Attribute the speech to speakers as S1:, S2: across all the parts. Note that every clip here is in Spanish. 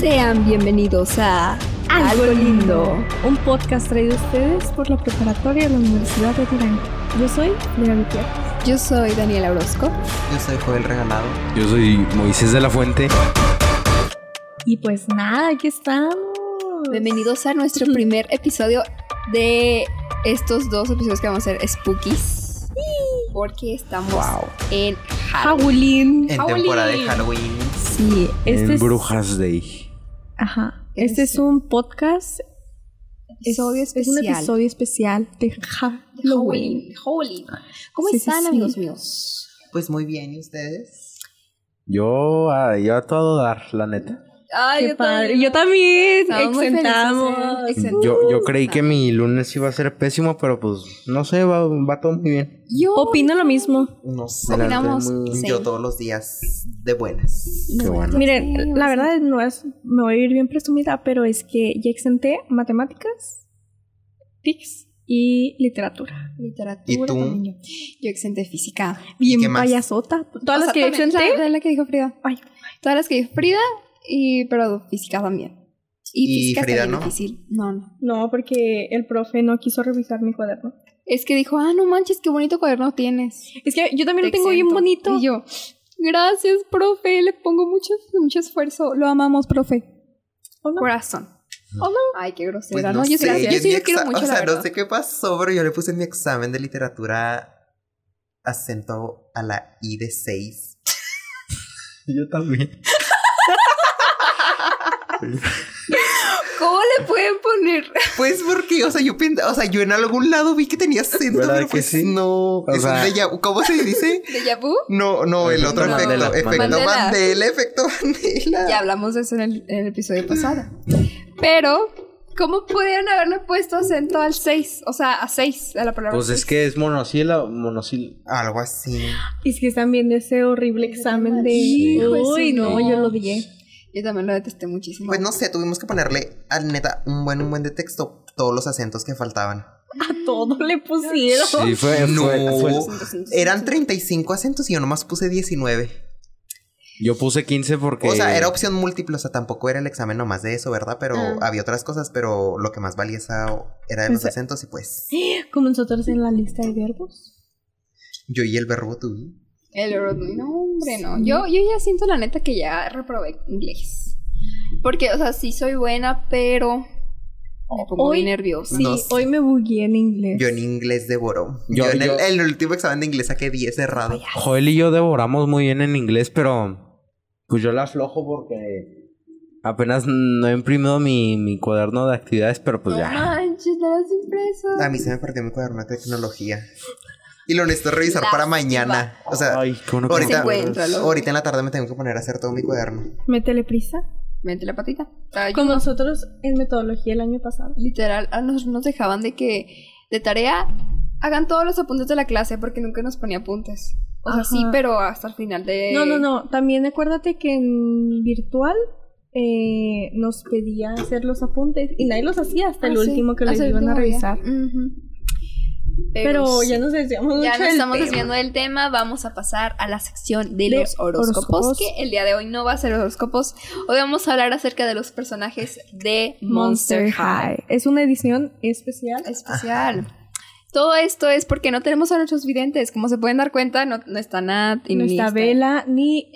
S1: Sean bienvenidos a Algo Lindo,
S2: un podcast traído a ustedes por la Preparatoria de la Universidad de Tirán. Yo soy Mira Gutiérrez.
S1: Yo soy Daniela Orozco.
S3: Yo soy Joel Regalado.
S4: Yo soy Moisés de la Fuente.
S2: Y pues nada, aquí estamos.
S1: Bienvenidos a nuestro primer episodio de estos dos episodios que vamos a hacer Spookies. Porque estamos
S3: Wow.
S1: en Halloween.
S2: Howlin.
S3: En temporada de Halloween.
S2: Sí, este
S4: en
S2: es,
S4: Brujas Day.
S2: Ajá.
S1: Este
S2: Este es
S1: es-
S2: un podcast. Es,
S1: Episodio
S2: es un
S1: especial.
S2: episodio especial de
S1: de
S2: Halloween.
S1: Halloween. Halloween. ¿Cómo
S2: Sí, sí,
S1: están,
S2: sí.
S1: amigos míos?
S3: Pues muy bien, ¿y ustedes?
S4: Yo, ah, yo a todo dar, la neta.
S1: Ay,
S2: Qué padre. Yo también.
S1: Estamos muy
S2: Exentamos.
S1: felices, ¿eh? Exentamos.
S4: Yo, yo creí que mi lunes iba a ser pésimo, pero pues no sé, va, va todo muy bien.
S1: Yo
S2: Opino lo mismo.
S3: No sé.
S4: Hola.
S1: opinamos.
S4: Muy-
S1: sí.
S3: Yo todos los días de buenas.
S4: Qué bueno.
S2: Miren, la
S1: bastante.
S2: verdad no es, me voy a ir bien presumida, pero es que ya exenté matemáticas, TICS y literatura.
S1: literatura.
S3: ¿Y tú?
S1: también yo. Yo exenté física.
S3: qué
S2: Bien
S3: más?
S2: payasota. Todas
S1: O
S2: las
S1: sea,
S2: que ya
S1: también,
S2: exenté.
S1: La, la que dijo Frida.
S2: Ay,
S1: Todas las que dijo Frida, y, pero física también. Y,
S3: ¿Y
S1: física
S3: Frida
S1: está bien
S3: no?
S1: difícil. No, no.
S2: no, porque el profe no quiso revisar mi cuaderno.
S1: Es que dijo, ah, no manches, qué bonito cuaderno tienes.
S2: Es que yo también lo
S1: Te
S2: tengo bien
S1: exento.
S2: bonito.
S1: Y yo, gracias, profe, le pongo mucho, mucho esfuerzo. Lo amamos, profe.
S2: ¿O no?
S1: Corazón.
S4: Oh,
S1: Ay, qué grosera.
S3: Pues
S1: no,
S3: no
S1: yo,
S3: sé,
S1: sí, yo
S3: yo en mi
S1: sí lo quiero
S3: exa-
S1: mucho,
S3: O
S1: la
S3: sea,
S1: verdad.
S3: no sé qué pasó, pero yo le puse en mi examen de literatura acento a la I de 6.
S4: Yo también.
S1: ¿Cómo le pueden poner?
S3: Pues porque, o sea, yo pend- o sea, yo en algún lado vi que tenía acento,
S4: ¿Verdad
S3: pero
S4: que
S3: pues
S4: sí?
S3: no. es un
S4: sea-
S3: déjà vu. ¿Cómo se dice?
S1: ¿De Yabu?
S3: No, no, el otro
S1: Efecto
S3: efecto.
S4: Mandela,
S3: efecto
S1: Mandela.
S3: Mandela. efecto Mandela.
S1: Ya hablamos de eso en el, en el episodio pasado. Pero, ¿cómo pudieron haberle puesto acento al 6? O sea, a 6, a la palabra.
S4: Pues es
S1: seis.
S4: que es monosílabo, monosílabo.
S3: Algo así.
S2: Es que están viendo ese horrible examen de...
S1: Hijo de su
S2: Uy, no,
S1: no.
S2: yo lo vi.
S1: Yo también lo detesté muchísimo.
S3: Pues no sé, tuvimos que ponerle al neta un buen, un buen de texto todos los acentos que faltaban.
S2: A todo le pusieron.
S4: Sí, fue,
S3: No.
S4: fue- fue-
S3: Eran 35 acentos y yo nomás puse 19.
S4: Yo puse 15 porque.
S3: O sea, era opción múltiple, o sea, tampoco era el examen nomás de eso, ¿verdad? Pero
S1: Ah.
S3: había otras cosas, pero lo que más valía esa- era de los
S2: Esa-
S3: acentos y pues
S2: Como nosotros en la lista de verbos.
S3: yo y el verbo tuve.
S1: El Rodney, no, hombre, no.
S2: Sí.
S1: Yo, yo ya siento la neta que ya reprobé inglés. Porque, o sea, sí soy buena, pero me pongo
S2: Hoy-
S1: muy nerviosa.
S2: Sí,
S3: No sé.
S2: hoy me bugué en inglés.
S3: Yo en inglés devoró. Yo,
S4: Yo-
S3: en el,
S4: yo-
S3: en el último examen de inglés saqué 10 cerrado.
S4: Joel y yo devoramos muy bien en inglés, pero. Pues yo la aflojo porque. Apenas no he imprimido mi, mi cuaderno de actividades, pero pues
S1: no
S4: ya.
S1: manches, no las impreso.
S3: A mí se me perdió mi cuaderno de tecnología. Y lo necesito revisar para
S1: Lástima.
S3: mañana. O sea,
S4: Ay, qué bueno que
S3: ahorita-
S4: no encuentras.
S1: Encuéntralo.
S3: ahorita en la tarde me tengo que poner a hacer todo mi cuaderno.
S2: Métele prisa.
S1: Vente la patita. Ay,
S2: Como nosotros en metodología el año pasado.
S1: literal, a nosotros nos dejaban de que de tarea hagan todos los apuntes de la clase porque nunca nos ponía apuntes. O sea,
S2: Ajá.
S1: sí, pero hasta el final de...
S2: No, no, no. También acuérdate que en virtual eh, nos pedía hacer los apuntes y nadie los hacía hasta el
S1: Ah, sí,
S2: último que los
S1: hasta el
S2: iban a
S1: último día.
S2: revisar.
S1: Ujú.
S2: Pero
S1: sí.
S2: ya nos desviamos mucho
S1: Ya nos
S2: del
S1: estamos
S2: tema.
S1: desviando del tema, vamos a pasar a la sección de,
S2: De
S1: los horóscopos,
S2: horóscopos.
S1: que el día de hoy no va a ser horóscopos. Hoy vamos a hablar acerca de los personajes de Monster High.
S2: Es una edición especial.
S1: Especial. Todo esto es porque no tenemos a nuestros videntes. Como se pueden dar cuenta, no, no está Nat y
S2: no
S1: ni
S2: está Vela ni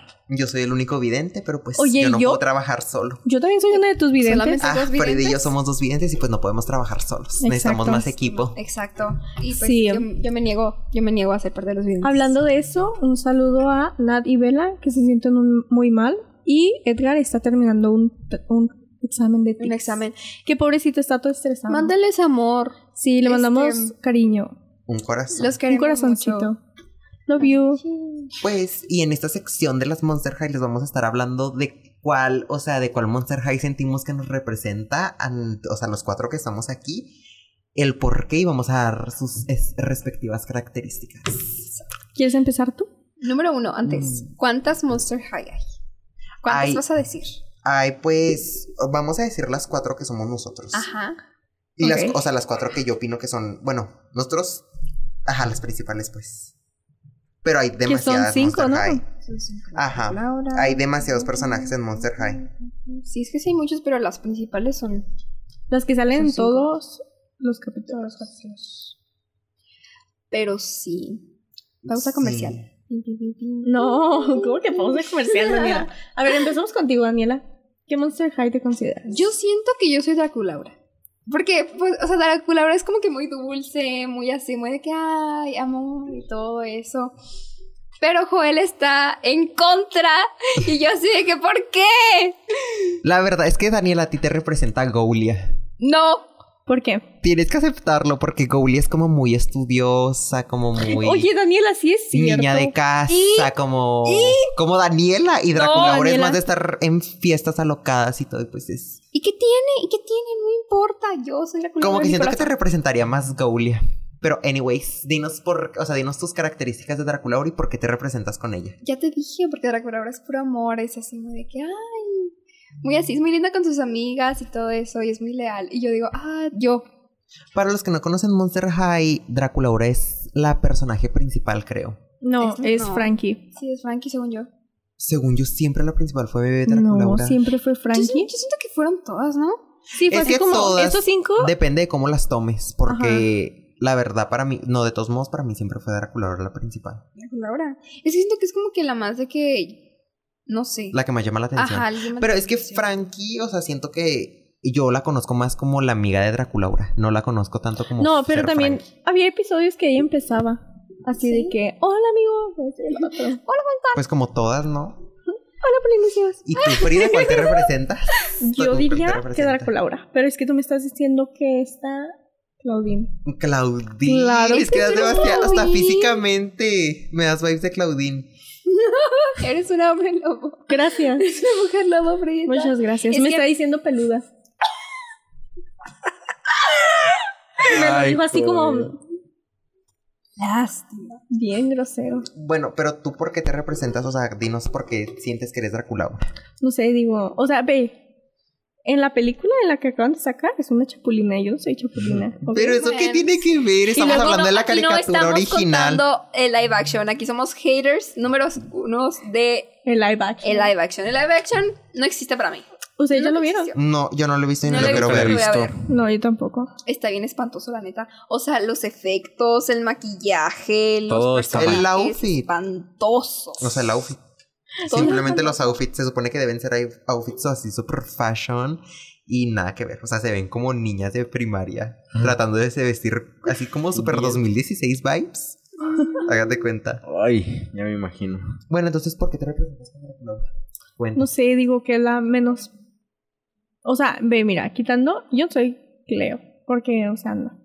S1: Edgar.
S3: Yo soy el único vidente, pero pues
S2: Oye,
S3: yo no
S2: ¿yo?
S3: puedo trabajar solo.
S2: Yo también soy una de tus videntes.
S1: Solamente- ¿Son
S3: Ah,
S1: dos
S3: Freddy y yo
S1: videntes?
S3: somos dos videntes y pues no podemos trabajar solos. Necesitamos
S2: Exacto.
S3: más Este equipo.
S1: Exacto. Y pues
S2: Sí.
S1: yo, yo me niego, yo me niego a ser parte de los videntes.
S2: Hablando de eso, un saludo a Nat y Vela, que se sienten un- muy mal. Y Edgar está terminando un, un examen de
S1: un
S2: tics.
S1: examen.
S2: Que pobrecito está todo estresado.
S1: Mándales amor.
S2: Sí,
S1: este,
S2: le mandamos cariño.
S3: Un corazón.
S1: Los
S2: Un
S1: queremos
S2: corazoncito.
S1: mucho.
S2: Love you.
S3: Pues, y en esta sección de las Monster High les vamos a estar hablando de cuál, o sea, de cuál Monster High sentimos que nos representa, an- o sea, los cuatro que estamos aquí, el por qué y vamos a dar sus es- respectivas características.
S2: ¿Quieres empezar tú?
S1: Número uno, antes.
S3: Mm.
S1: ¿Cuántas Monster High hay? ¿Cuántas
S3: Ay.
S1: vas a decir?
S3: Ay, pues, vamos a decir las cuatro que somos nosotros.
S1: Ajá.
S3: Y las,
S1: ok.
S3: o sea, las cuatro que yo opino que son, bueno, nosotros, ajá, las principales, pues. Pero hay
S2: son
S3: demasiadas
S2: cinco,
S3: Monster
S2: ¿no?
S3: High.
S1: Son cinco.
S3: Ajá.
S1: Laura.
S3: Hay demasiados personajes en Monster High.
S1: Sí, es que sí hay muchos, pero las principales son.
S2: Las que salen
S1: Son
S2: en
S1: cinco.
S2: todos los capítulos.
S1: Pero sí. Pausa
S3: Sí.
S1: comercial. Pim, pim, pim, pim.
S2: No, ¿cómo que pausa comercial, Daniela? A ver, empezamos contigo, Daniela. ¿Qué Monster High te consideras?
S1: Yo siento que yo soy Draculaura. Porque, pues, o sea, Draculaura es como que muy dulce, muy así, muy de que, ay, amor y todo eso. Pero Joel está en contra y yo así de que, ¿por qué?
S3: La verdad es que Daniel a ti te representa Goulia.
S1: No.
S2: ¿Por qué?
S3: Tienes que aceptarlo porque Goulia es como muy estudiosa, como muy
S2: Oye, Daniela, sí es cierto.
S3: niña de casa, como como Daniela y Drácula ahora es
S2: Daniela.
S3: más de estar en fiestas alocadas y todo, y pues es
S1: ¿Y qué tiene? ¿Y qué tiene? No importa, yo soy Draculaura.
S3: como que
S1: en mi
S3: siento que te
S1: corazón.
S3: representaría más Goulia. Pero anyways, dinos por, o sea, dinos tus características de Drácula y por qué te representas con ella.
S1: Ya te dije, porque Draculaura es puro amor, es así muy de que, ay. Muy así, es muy linda con sus amigas y todo eso, y es muy leal. Y yo digo, ah, yo,
S3: Para los que no conocen Monster High, Drácula es la personaje principal, creo.
S2: No,
S1: Es-
S2: es
S1: no.
S2: Frankie.
S1: sí, es Frankie según yo.
S3: Según yo, siempre la principal fue Bebé Drácula.
S2: No, siempre fue
S1: Yo,
S2: Frankie.
S1: yo siento que fueron todas, ¿no?
S2: Sí, fue
S3: Es
S2: así
S3: que
S2: como
S3: todas
S2: estos cinco.
S3: Depende de cómo las tomes, porque la verdad para mí, no, de todos modos, para mí siempre fue Drácula la principal.
S1: Laura. Es que siento que es como que la más de que. No sé.
S3: La que más llama la atención.
S1: Ajá, alguien más
S3: Pero
S1: de
S3: es que
S1: atención.
S3: Frankie, o sea, siento que yo la conozco más como la amiga de Draculaura. No la conozco tanto como.
S2: No, pero
S3: ser
S2: también
S3: Frankie.
S2: había episodios que ella empezaba. Así
S1: ¿Sí?
S2: de que, hola amigo. este, el otro. Hola
S3: Pues como todas, ¿no?
S2: polinesios.
S3: ¿Y tú, Frida, cuál te representa?
S2: Yo
S3: ¿Cuál te
S2: diría
S3: representa?
S2: que Draculaura. Pero es que tú me estás diciendo que está Claudine.
S3: Claudine.
S2: Claro
S3: es que
S1: que
S3: das
S1: tú eres
S3: demasiado. Hasta
S1: Claudine.
S3: físicamente me das vibes de Claudine.
S1: Eres un hombre lobo.
S2: Gracias.
S1: Eres una mujer lobo, Frida.
S2: Muchas gracias.
S1: Es
S2: me
S1: que-
S2: está diciendo peluda. Me lo dijo así como
S1: Lástima.
S2: bien grosero.
S3: Bueno, pero tú, ¿por qué te representas? O sea, dinos por qué sientes que eres Draculaura.
S2: No sé, digo, o sea, ve. En la película en la que acaban de sacar es una chapulina. Yo no soy chapulina. ¿ok?
S3: Pero eso qué
S1: Bueno,
S3: tiene que ver, estamos hablando de la caricatura
S1: no estamos
S3: original.
S1: contando el live action. Aquí somos haters números unos de
S2: El live action.
S1: el live action. El live action no existe para mí.
S2: ¿Ustedes ya
S1: no
S2: lo vieron?
S1: existió.
S3: No, yo no lo he visto y no,
S1: No
S3: lo
S1: lo he
S3: quiero
S1: visto,
S3: ver.
S1: pero voy a ver.
S2: No, yo tampoco.
S1: Está bien espantoso, la neta. O sea, los efectos, el maquillaje, los
S4: Todo está
S1: personajes.
S3: mal. El outfit.
S1: Espantosos.
S3: O sea, el outfit.
S1: Todo
S3: Simplemente los outfits se supone que deben ser out- outfits así super fashion y nada que ver. O sea, se ven como niñas de primaria tratando de se vestir así como super
S4: Bien.
S3: 2016 vibes. Hágate cuenta.
S4: Ay, ya me imagino.
S3: Bueno, entonces, ¿por qué te representas como Dracula? Cuenta.
S2: No sé, digo que la menos. O sea, ve, mira, quitando, yo soy Cleo. Porque, o sea, no.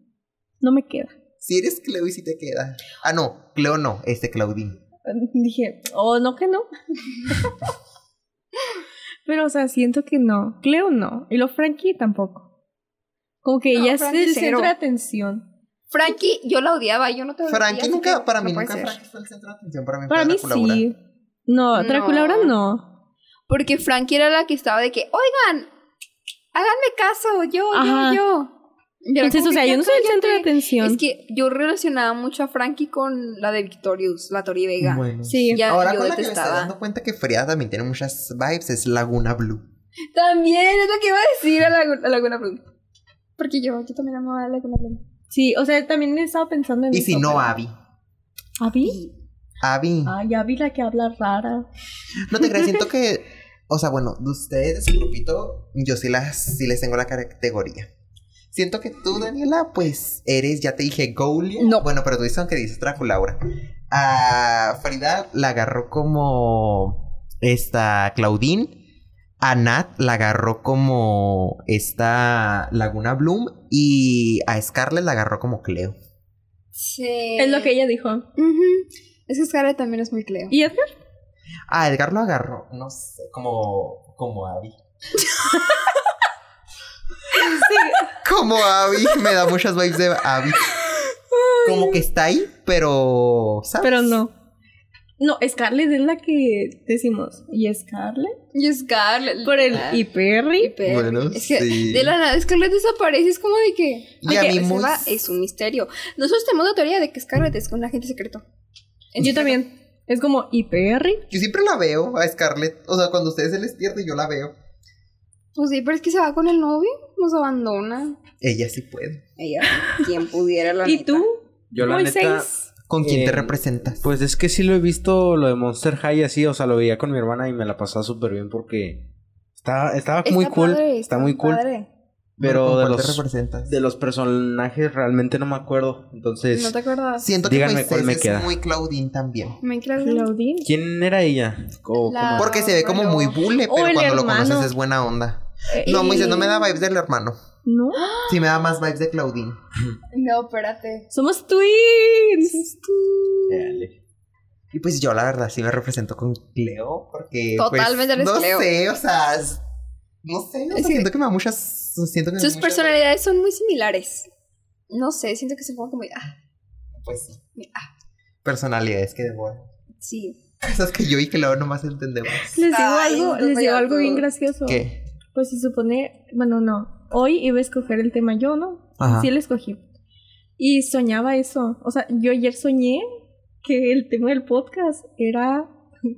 S2: No me queda.
S3: Si eres Cleo y si te queda. Ah, no, Cleo no, este Claudine.
S2: Dije, oh, no que no. Pero, o sea, siento que no. Cleo no. Y lo Frankie tampoco. Como que
S1: No,
S2: ella
S1: Frankie
S2: es el
S1: cero.
S2: centro de atención.
S1: Frankie, yo la odiaba, yo no te odiaba.
S3: Frankie nunca, para mí
S1: no puede
S3: nunca
S1: ser.
S3: Frankie fue el centro de atención. Para mí,
S2: Para
S3: fue
S2: mí
S3: Draculaura.
S2: sí. No, Draculaura
S1: No.
S2: no.
S1: Porque Frankie era la que estaba de que, oigan, háganme caso, yo, yo,
S2: Ajá.
S1: yo. Y era
S2: Entonces,
S1: como
S2: o sea,
S1: que,
S2: yo no
S1: "Ya
S2: soy el centro de
S1: cállate".
S2: atención.
S1: Es que yo relacionaba mucho a Frankie con la de Victorious, la Tori Vega.
S3: Bueno.
S2: sí.
S1: Ya,
S3: Ahora
S1: yo
S3: con la que me estoy
S1: detestaba.
S3: dando cuenta que Frida también tiene muchas vibes es Laguna Blue.
S1: También es lo que iba a decir a la- a Laguna Bloom. Porque yo, yo también amaba a Laguna Bloom.
S2: Sí, o sea, también he estado pensando en
S3: Y
S2: eso,
S3: si no,
S2: pero-
S3: Abby.
S2: ¿Abby?
S1: Y
S3: Abby.
S2: Ay, Abby la que habla rara.
S3: No te creas, siento que. O sea, bueno, de ustedes, de su grupito, yo sí, las, sí les tengo la categoría. Siento que tú, Daniela, pues eres, ya te dije, Golia.
S1: No.
S3: Bueno, pero tú dices aunque dices Draculaura. A Frida la agarró como. Esta Claudine. A Nat la agarró como. Esta Laguna Bloom. Y a Scarlett la agarró como Cleo.
S1: sí.
S2: Es lo que ella dijo.
S1: Ujú. Es que Scarlett también es muy Cleo.
S2: ¿Y Edgar?
S3: A Edgar lo agarró, no sé, como. Como Abby. Como Abby, me da muchas vibes de Abby. Como que está ahí, pero. ¿sabes?
S2: Pero no. No, Scarlett es la que decimos. ¿Y Scarlett?
S1: Y Scarlett.
S2: Por el
S1: Ah.
S2: y Perry.
S1: Perry.
S3: Bueno,
S1: es que
S3: sí.
S1: de la nada Scarlett desaparece, es como de que
S3: Y a
S1: aunque
S3: mí
S1: se
S3: muy-
S1: va, es un misterio. Nosotros tenemos la teoría de que Scarlett es un agente secreto.
S2: Yo también. Es como y Perry.
S3: Yo siempre la veo a Scarlett. O sea, cuando ustedes se les pierde, yo la veo.
S1: Pues sí, pero es que se va con el novio, nos abandona.
S3: Ella sí puede.
S1: Ella, quien pudiera la
S2: ¿Y
S1: neta.
S2: tú?
S4: Yo la neta,
S2: Moisés.
S3: ¿Con quién te
S4: Eh,
S3: representas?
S4: pues es que sí lo he visto lo de Monster High así, o sea, lo veía con mi hermana y me la pasaba súper bien porque estaba, estaba
S1: Está
S4: muy cool,
S1: padre,
S4: está muy cool,
S1: padre.
S4: pero
S3: ¿Con
S4: de
S3: cuál te
S4: los,
S3: representas?
S4: de los personajes realmente no me acuerdo, entonces,
S1: ¿No te acuerdas?
S3: Siento que
S4: Díganme
S3: Moisés
S4: cuál me
S3: es
S4: queda.
S3: muy Claudine también.
S1: Me creo
S2: Claudine.
S4: ¿quién era ella? O
S1: La-
S4: cómo-
S3: Porque se ve como
S1: Ah, bueno.
S3: muy bule,
S2: O
S3: pero
S2: el
S3: cuando lo
S2: hermano.
S3: conoces es buena onda.
S2: Eh,
S3: No,
S2: y-
S3: Moisés no me da vibes del hermano.
S2: No.
S3: Sí me da más vibes de Claudine.
S1: No, espérate.
S2: Somos twins.
S4: Dale.
S3: Y pues yo la verdad sí me represento con Cleo porque pues,
S1: Totalmente eres
S3: no
S1: Cleo.
S3: sé, o sea, es- no sé, o sea,
S1: Es que-
S3: siento que me da muchas siento que me da
S1: Sus
S3: muchas-
S1: personalidades son muy similares. No sé, siento que son como que muy. Ah,
S3: pues sí.
S1: ah,
S3: personalidades que devora.
S1: sí.
S3: Esas que yo y Cleo nomás entendemos.
S2: Les digo
S1: Ay,
S2: algo,
S1: no
S2: les digo
S1: vaya
S2: algo bien
S1: todo.
S2: gracioso.
S3: ¿Qué?
S2: Pues se supone, bueno, no. Hoy iba a escoger el tema yo, ¿no?
S3: Ajá.
S2: Sí lo escogí. Y soñaba eso. O sea, yo ayer soñé que el tema del podcast era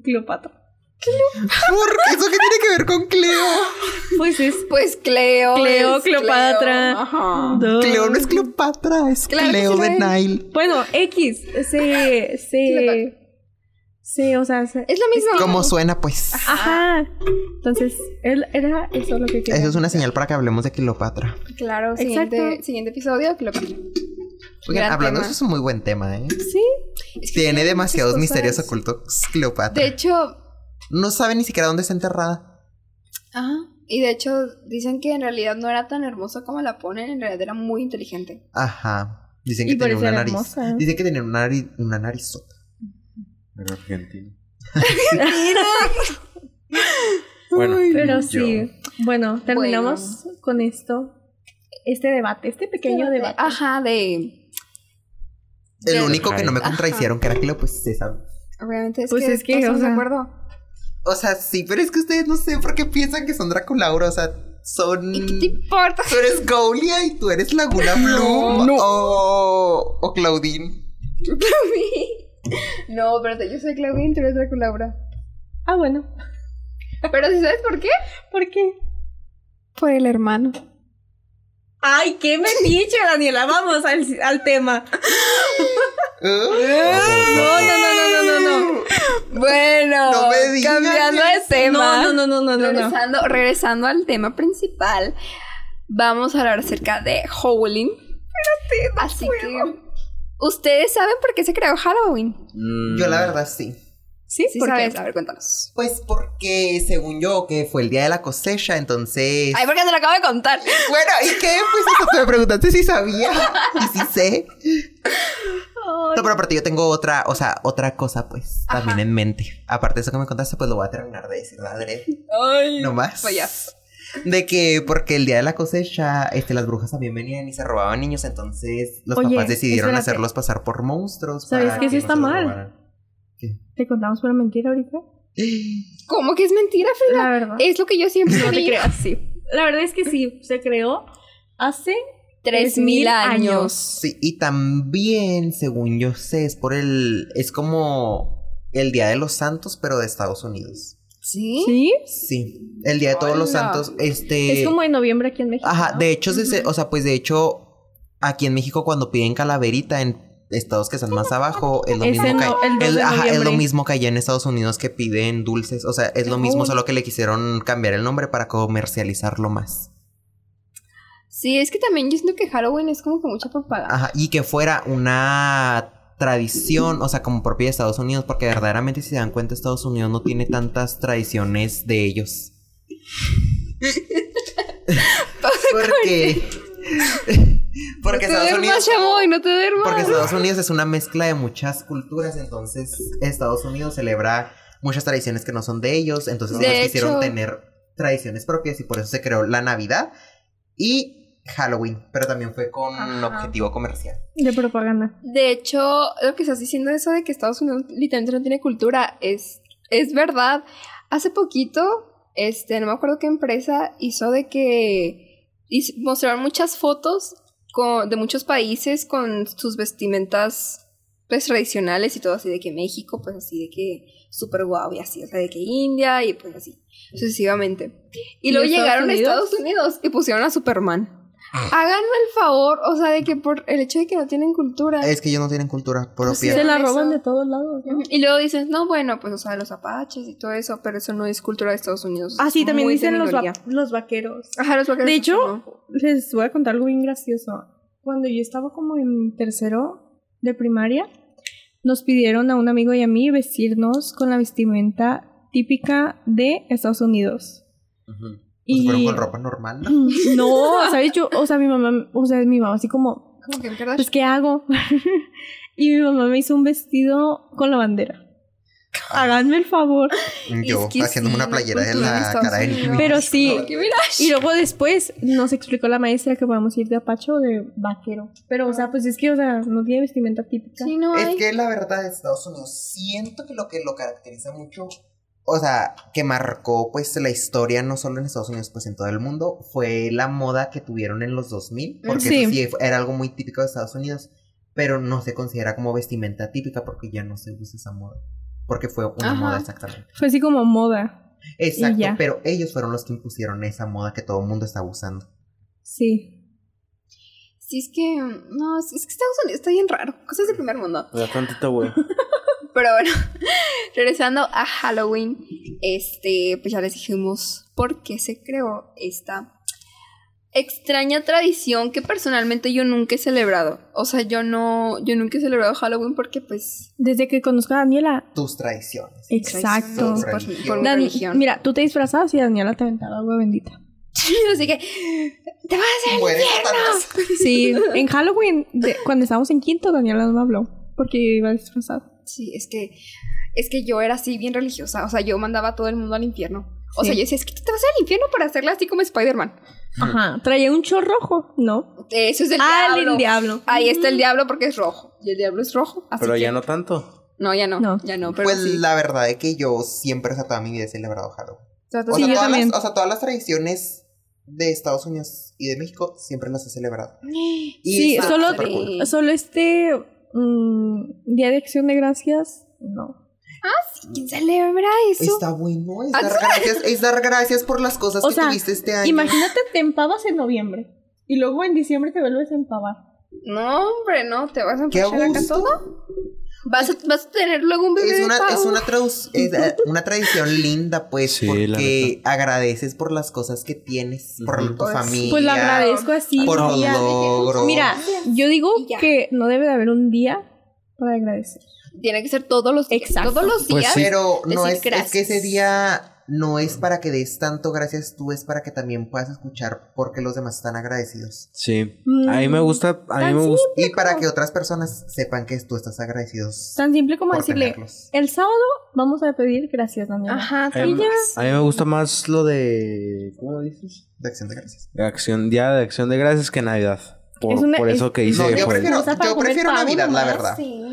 S2: Cleopatra.
S3: ¿Por qué? ¿Eso qué tiene que ver con Cleo?
S2: Pues es
S1: Pues Cleo.
S2: Cleo,
S1: es
S2: Cleopatra.
S1: Cleo. Ajá.
S2: No.
S3: Cleo no es Cleopatra, es
S1: Claro que
S3: Cleo
S1: sí lo
S3: de
S1: es.
S3: Nile.
S2: Bueno, X, se, se,
S1: Cleopatra.
S2: se, o sea, se-
S1: Es la misma.
S3: Como suena, pues.
S1: Ah,
S2: ajá. Entonces, él era eso lo que quería.
S3: Eso es una señal para que hablemos de Cleopatra.
S1: Claro,
S2: Exacto.
S1: siguiente, siguiente episodio, Cleopatra.
S3: Oigan,
S1: Gran
S3: hablando,
S1: tema.
S3: eso es un muy buen tema, ¿eh?
S2: Sí,
S1: Es que
S3: Tiene
S1: sí,
S3: demasiados
S1: muchas
S3: misterios
S1: cosas.
S3: ocultos Cleopatra.
S1: De hecho,
S3: No sabe ni siquiera dónde está enterrada.
S1: Ajá. Y de hecho, dicen que en realidad no era tan hermosa como la ponen, en realidad era muy inteligente.
S3: Ajá. Dicen
S2: Y
S3: que
S2: por
S3: tenía
S2: eso
S3: una
S2: era
S3: nariz.
S2: hermosa.
S3: Dicen que tenía una nariz, una narizota.
S4: Era argentina.
S1: Mira.
S4: Bueno,
S2: pero
S4: yo-
S2: sí. Bueno, terminamos con esto. Este debate, este pequeño debate.
S1: Ajá, de.
S3: El
S1: de-
S3: único que no me
S1: Ajá.
S3: contradicieron, que era Cleo, pues se sabe.
S1: Obviamente es
S2: Pues
S1: que,
S2: es que,
S1: no
S2: o
S1: estamos de
S2: sea-
S1: acuerdo.
S3: O sea, sí, pero es que ustedes no sé por qué piensan que son Draculaura. O sea, son.
S1: ¿Y qué te
S2: mm.
S1: importa?
S3: Tú eres Gaulia y tú eres Laguna Bloom.
S1: no.
S3: O, o Claudine.
S1: no, espérate, yo soy Claudia y tú eres Draculaura.
S2: Ah, bueno,
S1: Pero si sabes por qué?
S2: ¿por qué?
S1: Por el hermano.
S2: Ay, qué metiche, Daniela. Vamos al, al tema.
S3: ¿Eh?
S2: No, no, no, no, no, no, no.
S1: Bueno,
S3: No me digas
S1: cambiando de tema.
S2: No, no, no, no, no, no.
S1: Regresando, regresando al tema principal, vamos a hablar acerca de Howling. Así que, ¿ustedes saben por qué se creó Halloween?
S4: Mm,
S3: Yo la verdad sí.
S2: Sí,
S1: Sí,
S2: ¿por qué?
S1: sabes. A ver, cuéntanos.
S3: Pues porque según yo que fue el día de la cosecha, entonces...
S1: Ay, porque te lo acabo de contar.
S3: Bueno, ¿y qué? Pues hasta tú me preguntaste si sabía. Y si sé. No, pero aparte yo tengo otra, o sea, otra cosa pues
S1: Ajá.
S3: también en mente. Aparte de eso que me contaste, pues lo voy a terminar de decir, madre.
S1: Ay,
S3: No más.
S1: payaso.
S3: De que porque el día de la cosecha, este, las brujas también venían y se robaban niños, entonces los
S2: Oye,
S3: papás decidieron
S2: espérate.
S3: hacerlos pasar por monstruos.
S2: ¿Sabes
S3: para
S2: que eso
S3: no
S2: está
S3: se los
S2: mal?
S3: robaran.
S2: Te contamos una mentira ahorita.
S1: ¿Cómo que es mentira, Frida?
S2: La verdad.
S1: Es lo que yo siempre
S2: No te
S1: digo.
S2: creas, sí. La verdad es que sí, se creó hace.
S1: Tres mil
S2: 3,000
S1: años.
S3: Sí, y también, según yo sé, es por el. Es como el Día de los Santos, pero de Estados Unidos.
S1: ¿Sí?
S2: ¿Sí?
S3: Sí. El Día de Todos los
S1: Hola.
S3: Santos. Este.
S2: Es como en noviembre aquí en México.
S3: Ajá,
S2: ¿no?
S3: de hecho, se- se-
S1: Ujú.
S3: o sea, pues de hecho, aquí en México, cuando piden calaverita en estados que están más abajo, es lo
S2: Es
S3: mismo
S2: en
S3: que.
S2: no- el dos
S3: es-
S2: de
S3: ajá, es lo
S2: noviembre.
S3: mismo que allá en Estados Unidos que piden dulces. O sea, es lo mismo,
S1: Uy.
S3: solo que le quisieron cambiar el nombre para comercializarlo más.
S1: Sí, es que también yo siento que Halloween es como que mucha propaganda.
S3: Ajá, y que fuera una tradición, o sea, como propia de Estados Unidos, porque verdaderamente si se dan cuenta, Estados Unidos no tiene tantas tradiciones de ellos. porque
S1: no
S3: porque
S1: te
S3: Estados
S1: duermas,
S3: Unidos
S1: chamoy, no te duermas.
S3: porque Estados Unidos es una mezcla de muchas culturas, entonces Estados Unidos celebra muchas tradiciones que no son de ellos, entonces
S1: De
S3: ellos quisieron
S1: hecho-
S3: tener tradiciones propias y por eso se creó la Navidad y Halloween, pero también fue con
S1: Ajá.
S3: objetivo comercial.
S2: De propaganda.
S1: De hecho, lo que estás diciendo eso de que Estados Unidos literalmente no tiene cultura es, es verdad. Hace poquito, este, no me acuerdo qué empresa hizo de que hizo- mostraron muchas fotos con- de muchos países con sus vestimentas pues tradicionales y todo así de que México, pues así de que súper guau y así, o sea, de que India y pues así, sucesivamente. Y,
S2: ¿Y
S1: luego
S2: Estados
S1: llegaron
S2: Unidos?
S1: a Estados Unidos y pusieron a Superman. Háganme el favor, o sea, de que por el hecho de que no tienen cultura.
S3: Es que ellos no tienen cultura
S1: sí,
S3: propia.
S2: Se la
S1: Eso.
S2: roban de todos lados. ¿no?
S1: Y luego dices, no, bueno, pues, o sea, los apaches y todo eso, pero eso no es cultura de Estados Unidos.
S2: Ah, sí,
S1: Es
S2: también
S1: muy de
S2: dicen los, va-
S1: minoría.
S2: los vaqueros.
S1: Ajá, los vaqueros.
S2: De hecho,
S1: no.
S2: Les voy a contar algo bien gracioso. Cuando yo estaba como en tercero de primaria, nos pidieron a un amigo y a mí vestirnos con la vestimenta típica de Estados Unidos.
S3: Ujú. Pues
S2: Y-
S3: fueron con ropa normal. ¿no?
S2: No, ¿sabes? Yo, o sea, mi mamá, o sea, mi mamá así como,
S1: como que en verdad,
S2: pues, ¿qué hago? y mi mamá me hizo un vestido con la bandera. Háganme el favor.
S3: Yo
S1: Es que
S3: haciéndome
S1: sí,
S3: una playera de
S1: cultura de
S3: la
S1: Estados
S3: cara del
S1: Unidos.
S2: Pero sí,
S1: que mira,
S2: Y luego después nos explicó la maestra que podemos ir de apacho o de vaquero. Pero, o sea, pues es que, o sea, no tiene vestimenta típica.
S1: sí, no
S3: Es
S1: hay.
S3: que la verdad, Estados Unidos, siento que lo que lo caracteriza mucho, o sea, que marcó pues la historia no solo en Estados Unidos, pues en todo el mundo, fue la moda que tuvieron en los 2000,
S1: Mm,
S3: porque
S2: Sí.
S3: eso sí era algo muy típico de Estados Unidos, pero no se considera como vestimenta típica porque ya no se usa esa moda, porque fue una
S1: Ajá.
S3: moda exactamente.
S2: Fue así como moda.
S3: Exacto,
S2: ya.
S3: pero ellos fueron los que impusieron esa moda que todo el mundo está usando.
S2: Sí.
S1: Sí, es que, no, es es que Estados Unidos está bien raro, cosas de primer mundo.
S4: Bastantito, güey.
S1: Pero bueno, regresando a Halloween, este, pues ya les dijimos por qué se creó esta extraña tradición que personalmente yo nunca he celebrado. O sea, yo no, yo nunca he celebrado Halloween porque pues...
S2: Desde que conozco a Daniela.
S3: Tus tradiciones.
S2: Exacto.
S1: traiciones por, mi- por mi
S2: Dan-
S1: religión.
S2: mira, tú te disfrazabas y Daniela te aventaba agua bendita.
S1: Así que, te vas a hacer
S3: Mueres tantas-
S2: Sí. en Halloween, de- cuando estábamos en quinto, Daniela no me habló. Porque yo iba disfrazada.
S1: Sí, es que, es que yo era así bien religiosa. O sea, yo mandaba a todo el mundo al infierno. O
S2: Sí.
S1: sea, yo decía, es que te vas al infierno para hacerla así como Spider-Man.
S2: Ajá. Traía un chor rojo, ¿no?
S1: Eso es el
S2: Ah,
S1: diablo.
S2: el Mm. diablo.
S1: Ahí está el diablo porque es rojo. Y el diablo es rojo. Así
S4: Pero
S1: que-
S4: ya no tanto.
S1: No, ya no.
S2: No.
S1: Ya no, pero
S3: pues
S1: sí.
S3: la verdad es que yo siempre, o sea, toda mi vida he celebrado Halloween.
S1: Trato
S3: O
S1: de-
S2: Sí,
S3: sea,
S2: yo
S3: todas
S2: también.
S3: Las, o sea, todas las tradiciones de Estados Unidos y de México siempre las he celebrado. Y
S2: Sí,
S3: está
S2: solo,
S3: súper cool.
S2: solo este mm, Día de Acción de Gracias, no.
S1: ¿Quién celebra eso?
S3: Está bueno, es
S1: Ah,
S3: dar, gracias, es dar gracias por las cosas
S2: O
S3: que
S2: sea,
S3: tuviste este año.
S2: Imagínate, te empavas en noviembre y luego en diciembre te vuelves a empavar.
S1: No, hombre, no. ¿Te vas a
S3: ¡Qué
S1: empachar acá
S3: gusto!
S1: todo? ¿Vas a, vas a tener luego un bebé
S3: Es
S1: de
S3: una, es
S1: pavo.
S3: una, traus- es, eh, una tradición linda, pues,
S4: Sí, la
S3: porque agradeces por las cosas que tienes, por
S4: Ujú.
S3: tu
S1: Pues,
S3: familia,
S2: Pues lo agradezco así.
S3: por los
S2: mira.
S3: logros.
S2: Mira, yo digo
S1: Y ya.
S2: que no debe de haber un día para agradecer.
S1: Tiene que ser todos los días.
S2: Exacto.
S1: Todos los
S4: Pues
S1: días.
S4: sí.
S3: Pero no
S1: decir
S3: es, es
S1: gracias.
S3: que ese día no es para que des tanto gracias tú, es para que también puedas escuchar porque los demás están agradecidos.
S4: Sí.
S2: Mm.
S4: A mí me gusta, a mí
S2: Tan
S4: me gusta.
S3: Y para que otras personas sepan que tú estás agradecido
S2: Tan simple como
S3: por
S2: decirle,
S3: tenerlos.
S2: el sábado vamos a pedir gracias, Daniela.
S1: Ajá,
S4: A mí,
S1: también.
S4: a mí me gusta más lo de. ¿Cómo dices?
S3: De acción de gracias.
S4: De acción, día de acción de gracias que Navidad. Por,
S2: Es una-
S4: por
S2: es-
S4: eso que hice.
S3: No, yo
S4: por-
S3: prefiero,
S2: Excusa para
S3: yo
S2: comer
S3: prefiero
S2: pavo
S3: Navidad, la
S2: nomás,
S3: verdad.
S1: Sí.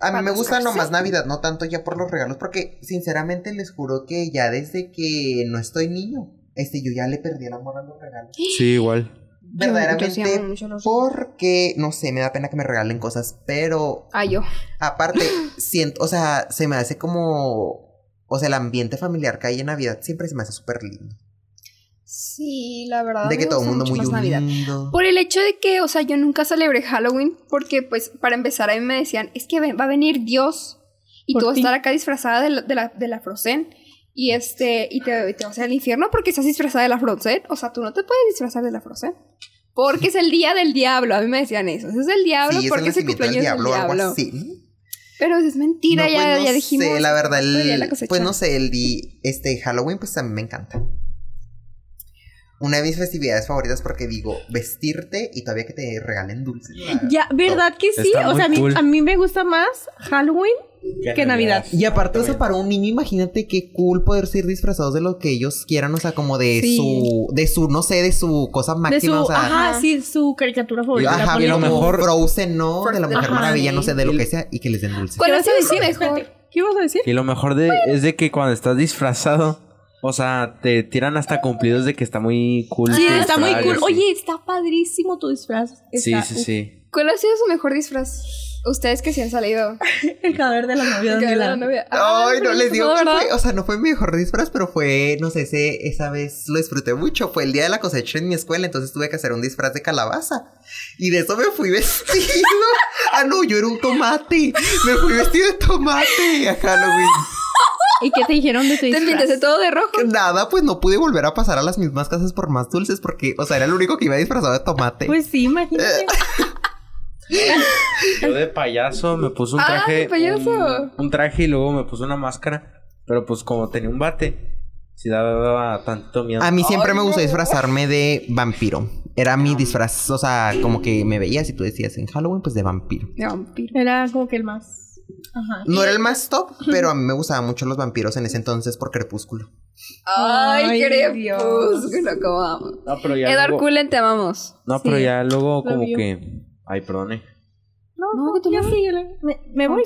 S3: A mí
S1: Para
S3: me gusta
S1: buscarse.
S3: nomás Navidad, no tanto ya por los regalos, porque sinceramente les juro que ya desde que no estoy niño, este, yo ya le perdí el amor a los regalos.
S4: Sí, igual.
S1: Yo- yo sí amo
S3: Verdaderamente,
S1: mucho los-
S3: porque, no sé, me da pena que me regalen cosas, pero
S1: Ah, yo.
S3: aparte, siento, o sea, se me hace como... O sea, el ambiente familiar que hay en Navidad siempre se me hace súper lindo.
S1: Sí, la verdad.
S3: De que
S1: me
S3: todo el
S1: gusta
S3: mundo
S1: mucho
S3: muy
S1: más Navidad.
S3: unido.
S1: Por el hecho de que, o sea, yo nunca celebré Halloween porque, pues, para empezar, a mí me decían, es que ven- va a venir Dios y
S2: Por
S1: tú vas a
S2: ti.
S1: estar acá disfrazada de la, de la, de la Frozen y este, y te, te vas al infierno porque estás disfrazada de la Frozen. O sea, tú no te puedes disfrazar de la Frozen porque es el día del diablo. A mí me decían eso. Ese es el diablo
S3: Sí, es el
S1: porque es el
S3: nacimiento del
S1: cumpleaños
S3: diablo o
S1: del
S3: algo
S1: diablo.
S3: así.
S1: Pero es mentira,
S3: No,
S1: ya,
S3: pues, no
S1: ya dijimos.
S3: Sé, la verdad, el-
S1: ya la cosecha.
S3: pues no sé, el di- este Halloween, pues a mí me encanta. Una de mis festividades favoritas porque digo, vestirte y todavía que te regalen dulces. ¿verdad?
S2: Ya, ¿verdad que sí?
S4: Está
S2: O sea, a
S4: muy
S2: mí,
S4: cool.
S2: a mí me gusta más Halloween que Navidad.
S3: Y aparte, o sea, para un niño, imagínate qué cool poder ser disfrazados de lo que ellos quieran, o sea, como de
S2: Sí.
S3: su, de su, no sé, de su cosa
S2: De
S3: máxima,
S2: su,
S3: o sea,
S2: ajá,
S1: Ajá.
S2: sí, su caricatura favorita.
S3: ajá,
S2: ponle
S4: y lo
S2: tú.
S3: como
S4: mejor-
S3: Frozen, ¿no? De la Mujer
S1: Ajá,
S3: Maravilla,
S1: sí.
S3: no sé, de lo que sea, y que les den dulces.
S1: ¿Cuál
S2: ¿Qué
S1: ha
S2: vas a
S1: sido su
S2: decir?
S1: mejor?
S2: Espérate, ¿Qué ibas a decir?
S4: Y lo mejor de, es de que cuando estás disfrazado, o sea, te tiran hasta cumplidos de que está muy cool.
S2: Sí,
S1: Ah,
S4: tu
S2: está muy
S4: disfraz,
S2: cool.
S4: sí.
S2: Oye, está padrísimo tu disfraz.
S4: Sí,
S2: Está-
S4: sí, sí.
S1: ¿Cuál ha sido su mejor disfraz? Ustedes que sí han salido.
S2: El cadáver de la novia
S1: Que
S2: de
S1: era
S2: la
S1: la novia. Ah,
S3: Ay, no
S1: pero
S3: les
S1: eso
S3: digo
S1: no,
S3: que
S1: ¿verdad?
S3: fue, o sea, no fue mi mejor disfraz, pero fue, no sé, ese, esa vez lo disfruté mucho. Fue el día de la cosecha en mi escuela, entonces tuve que hacer un disfraz de calabaza. Y de eso me fui vestido. ah, no, yo era un tomate. Me fui vestido de tomate a Halloween.
S2: ¿Y qué te dijeron de tu
S1: Te
S2: disfraz?
S1: pintaste todo de rojo.
S3: Nada, pues no pude volver a pasar a las mismas casas por más dulces porque, o sea, era el único que iba disfrazado de tomate.
S2: Pues sí, imagínate.
S4: Yo de payaso me puse un
S1: Ah,
S4: traje.
S1: de payaso.
S4: Un, un traje y luego me puse una máscara. Pero pues como tenía un bate, sí daba tanto miedo.
S3: A mí siempre
S1: Ay,
S3: me
S1: no.
S3: gustó disfrazarme de vampiro. Era mi disfraz, o sea, como que me veías y tú decías en Halloween, pues de vampiro.
S1: De vampiro.
S2: Era como que el más. Ajá.
S3: No era el más top, pero a mí me gustaban mucho los vampiros en ese entonces por Crepúsculo.
S1: Ay,
S2: Ay,
S1: crepúsculo, cómo amo.
S4: No, pero ya.
S1: Edward
S4: luego,
S1: Cullen, te amamos.
S4: no, pero
S2: Sí.
S4: ya luego
S2: Lo
S4: como
S2: vio.
S4: que. Ay, perdone.
S2: No,
S1: No, tú
S2: ya
S1: no.
S2: síguele. Me, me voy.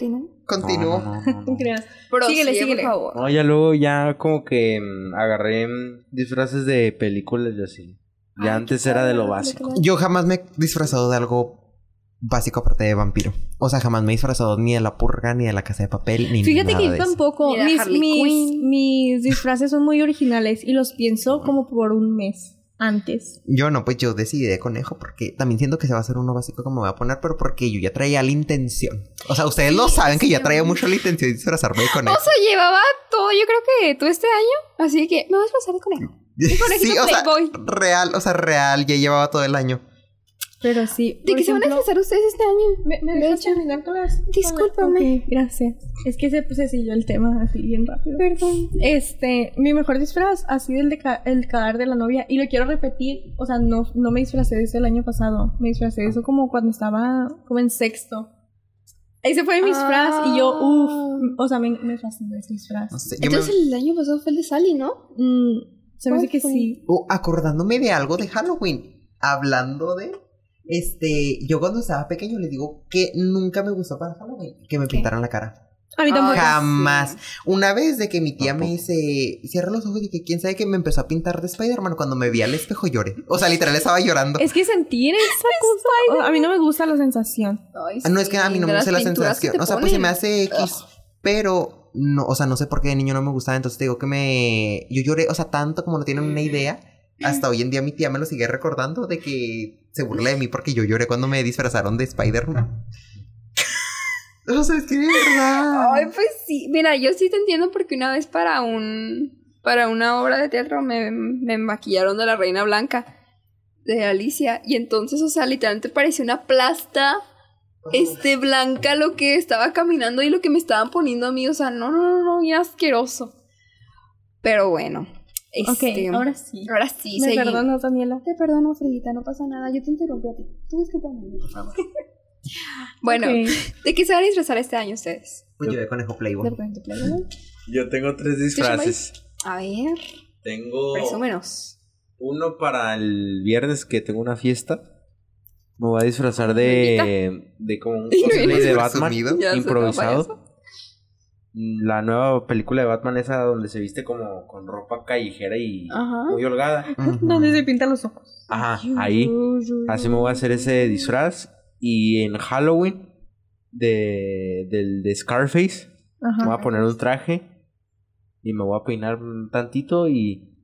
S3: Continúo.
S4: No, no, no, no,
S2: No
S4: no.
S2: creas.
S1: Pero
S2: Síguele,
S1: sí,
S2: síguele.
S1: por favor.
S4: No, ya luego ya como que mm, agarré mm, disfraces de películas y así. Ya antes era de lo básico.
S3: Yo jamás me he disfrazado de algo básico aparte de vampiro. O sea, jamás me he disfrazado ni de la purga, ni de la casa de papel, ni
S2: Fíjate
S3: nada
S2: que
S3: de
S2: yo
S3: eso.
S2: tampoco.
S1: Mira,
S2: mis,
S1: Harley
S2: mis,
S1: Quinn.
S2: mis disfraces son muy originales y los pienso como por un mes antes.
S3: Yo no, pues yo decidí de conejo porque también siento que se va a hacer uno básico como me voy a poner, pero porque yo ya traía la intención. O sea, ustedes lo saben que ya traía mucho la intención de disfrazarme de conejo.
S1: O sea, llevaba todo, yo creo que todo este año. Así que me vas a pasar el conejo. conejito
S3: sí, o sea,
S1: Playboy.
S3: real, o sea, real, ya llevaba todo el año.
S2: Pero sí.
S1: ¿De
S2: por
S1: qué se van a
S2: ejemplo-
S1: disfrazar ustedes este año?
S2: ¿Me, me dejas terminar con las...? con las-
S1: Discúlpame.
S2: Ok, gracias. Es que se, pues, se siguió el tema así bien rápido.
S1: Perdón.
S2: Este, mi mejor disfraz ha sido el, de ca- el cadáver de la novia. Y lo quiero repetir. O sea, no, no me disfracé de eso el año pasado. Me disfracé de eso como cuando estaba como en sexto. Ese fue mi disfraz. Y yo,
S1: Ah.
S2: uff. O sea, me, me fascinó ese disfraz.
S3: No sé, yo me-
S1: Entonces el año pasado fue el de Sally, ¿no?
S2: Mm, se me
S1: ¿Cuál
S2: hace que
S1: fue?
S2: sí.
S3: Oh, acordándome de algo de Halloween. Hablando de. Este. Yo cuando estaba pequeño le digo que nunca me gustó para Halloween. Que me
S1: ¿Qué?
S3: pintaran la cara.
S2: A mí
S1: Ah,
S2: tampoco.
S1: ja-
S3: Jamás.
S1: sí.
S3: Una vez de que mi tía me
S4: Tampoco.
S3: dice. Cierra los ojos y que quién sabe que me empezó a pintar de Spider-Man. Cuando me vi al espejo lloré. O sea, literal estaba llorando.
S2: Es que sentir esa cosa. a mí no me gusta la sensación.
S1: Ay,
S3: Ah, No es que a mí
S1: sí,
S3: no me
S1: de
S3: gusta la
S1: las pinturas que
S3: sensación.
S1: te
S3: O sea, pues se me
S1: ponen.
S3: hace X. Pero, no, o sea, no sé por qué de niño no me gustaba. Entonces te digo que me. Yo lloré, o sea, tanto como no tienen una
S1: Mm.
S3: idea. Hasta hoy en día mi tía me lo sigue recordando de que se burla de mí porque yo lloré cuando me disfrazaron de Spider-Man.
S4: Ah.
S3: o sea, es que de verdad.
S1: Ay, pues sí. Mira, yo sí te entiendo porque una vez para un para una obra de teatro me, me maquillaron de la Reina Blanca de Alicia y entonces, o sea, literalmente parecía una plasta este blanca lo que estaba caminando y lo que me estaban poniendo a mí, o sea, no no no, no, ya asqueroso. Pero bueno. este,
S2: ok, ahora sí.
S1: ahora sí,
S2: Me
S1: seguí.
S2: perdonas, Daniela.
S1: Te perdono, Fredita, no pasa nada. Yo te interrumpí a ti. Tú discúlpame, por favor. bueno,
S2: Ok.
S1: ¿de qué se van a disfrazar este año ustedes?
S3: Pues yo de conejo
S1: ¿De
S3: Playboy.
S1: repente, Playboy?
S4: Yo tengo tres disfraces.
S1: A ver,
S3: Oh.
S4: Tengo
S1: presúmenos.
S4: uno para el viernes que tengo una fiesta. Me voy a disfrazar de, de como un
S1: Y no
S4: cosplay
S1: vienes
S4: de Batman
S3: presumido.
S1: Ya, se
S4: improvisado. La nueva película de Batman esa donde se viste como con ropa callejera y
S1: Ajá.
S4: muy holgada.
S3: Ujú.
S2: Donde se pintan los ojos.
S4: Ajá, ahí. Así me voy a hacer ese disfraz. Y en Halloween, de, del de Scarface, me
S2: Ajá.
S4: voy a poner un traje. Y me voy a peinar un tantito. Y,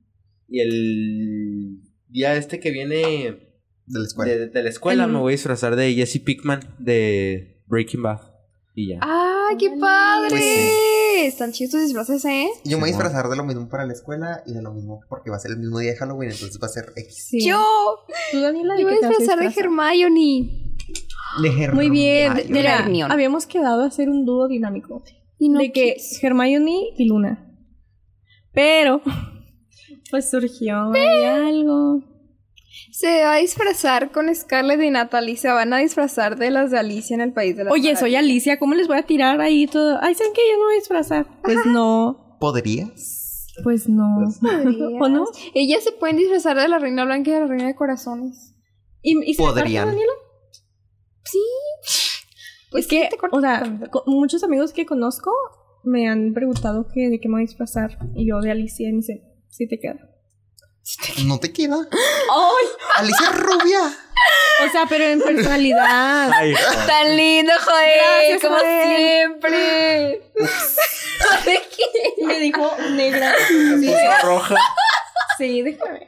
S4: y el día este que viene
S3: De la escuela.
S4: de, de la escuela,
S2: El-
S4: me voy a disfrazar de Jesse Pickman de Breaking Bad. Y ya.
S1: ¡Ah, qué
S2: Ándale.
S1: padre!
S3: Pues
S1: Están chidos tus disfraces, ¿eh?
S3: Yo me voy a
S4: Simón.
S3: disfrazar de lo mismo para la escuela y de lo mismo porque va a ser el mismo día de Halloween, entonces va a ser X.
S2: Sí.
S1: Yo,
S2: Tú, Daniela,
S1: yo
S2: ¿de
S1: me voy
S2: qué
S1: a
S2: te vas a
S1: disfrazar de
S2: disfrazar?
S1: Hermione.
S2: Muy bien.
S3: Hermione.
S1: de la
S2: Mira,
S1: Hermione.
S2: habíamos quedado a hacer un dúo dinámico.
S1: Y no
S2: de que
S1: quis.
S2: Hermione y Luna. Pero, pues surgió ahí algo.
S1: se va a disfrazar con Scarlett y Natalie. Se van a disfrazar de las de Alicia en el País de las
S2: Oye, soy
S1: Maravillas.
S2: Alicia, ¿cómo les voy a tirar ahí todo? Ay, ¿saben que Yo no voy a disfrazar. Pues no,
S3: ¿Podrías?
S2: pues no.
S1: Podrías.
S2: ¿O no?
S1: Ellas se pueden disfrazar de la Reina Blanca y de la Reina de Corazones.
S2: ¿Y, y se aparta,
S3: Podrían.
S2: Daniela?
S1: Sí.
S2: Es que,
S1: Pues te cortas
S2: o sea,
S1: también.
S2: co- muchos amigos que conozco me han preguntado que de qué me voy a disfrazar. Y yo de Alicia y me dice, sí te queda.
S3: No te queda.
S2: ¡Ay!
S3: Alicia es rubia.
S2: O sea, pero en personalidad.
S4: Ay, joder.
S1: Tan lindo, Joel.
S2: Gracias,
S1: Como
S2: Joel.
S1: siempre. ¿De qué?
S2: Me dijo negra.
S4: Me puso roja.
S2: Sí, déjame.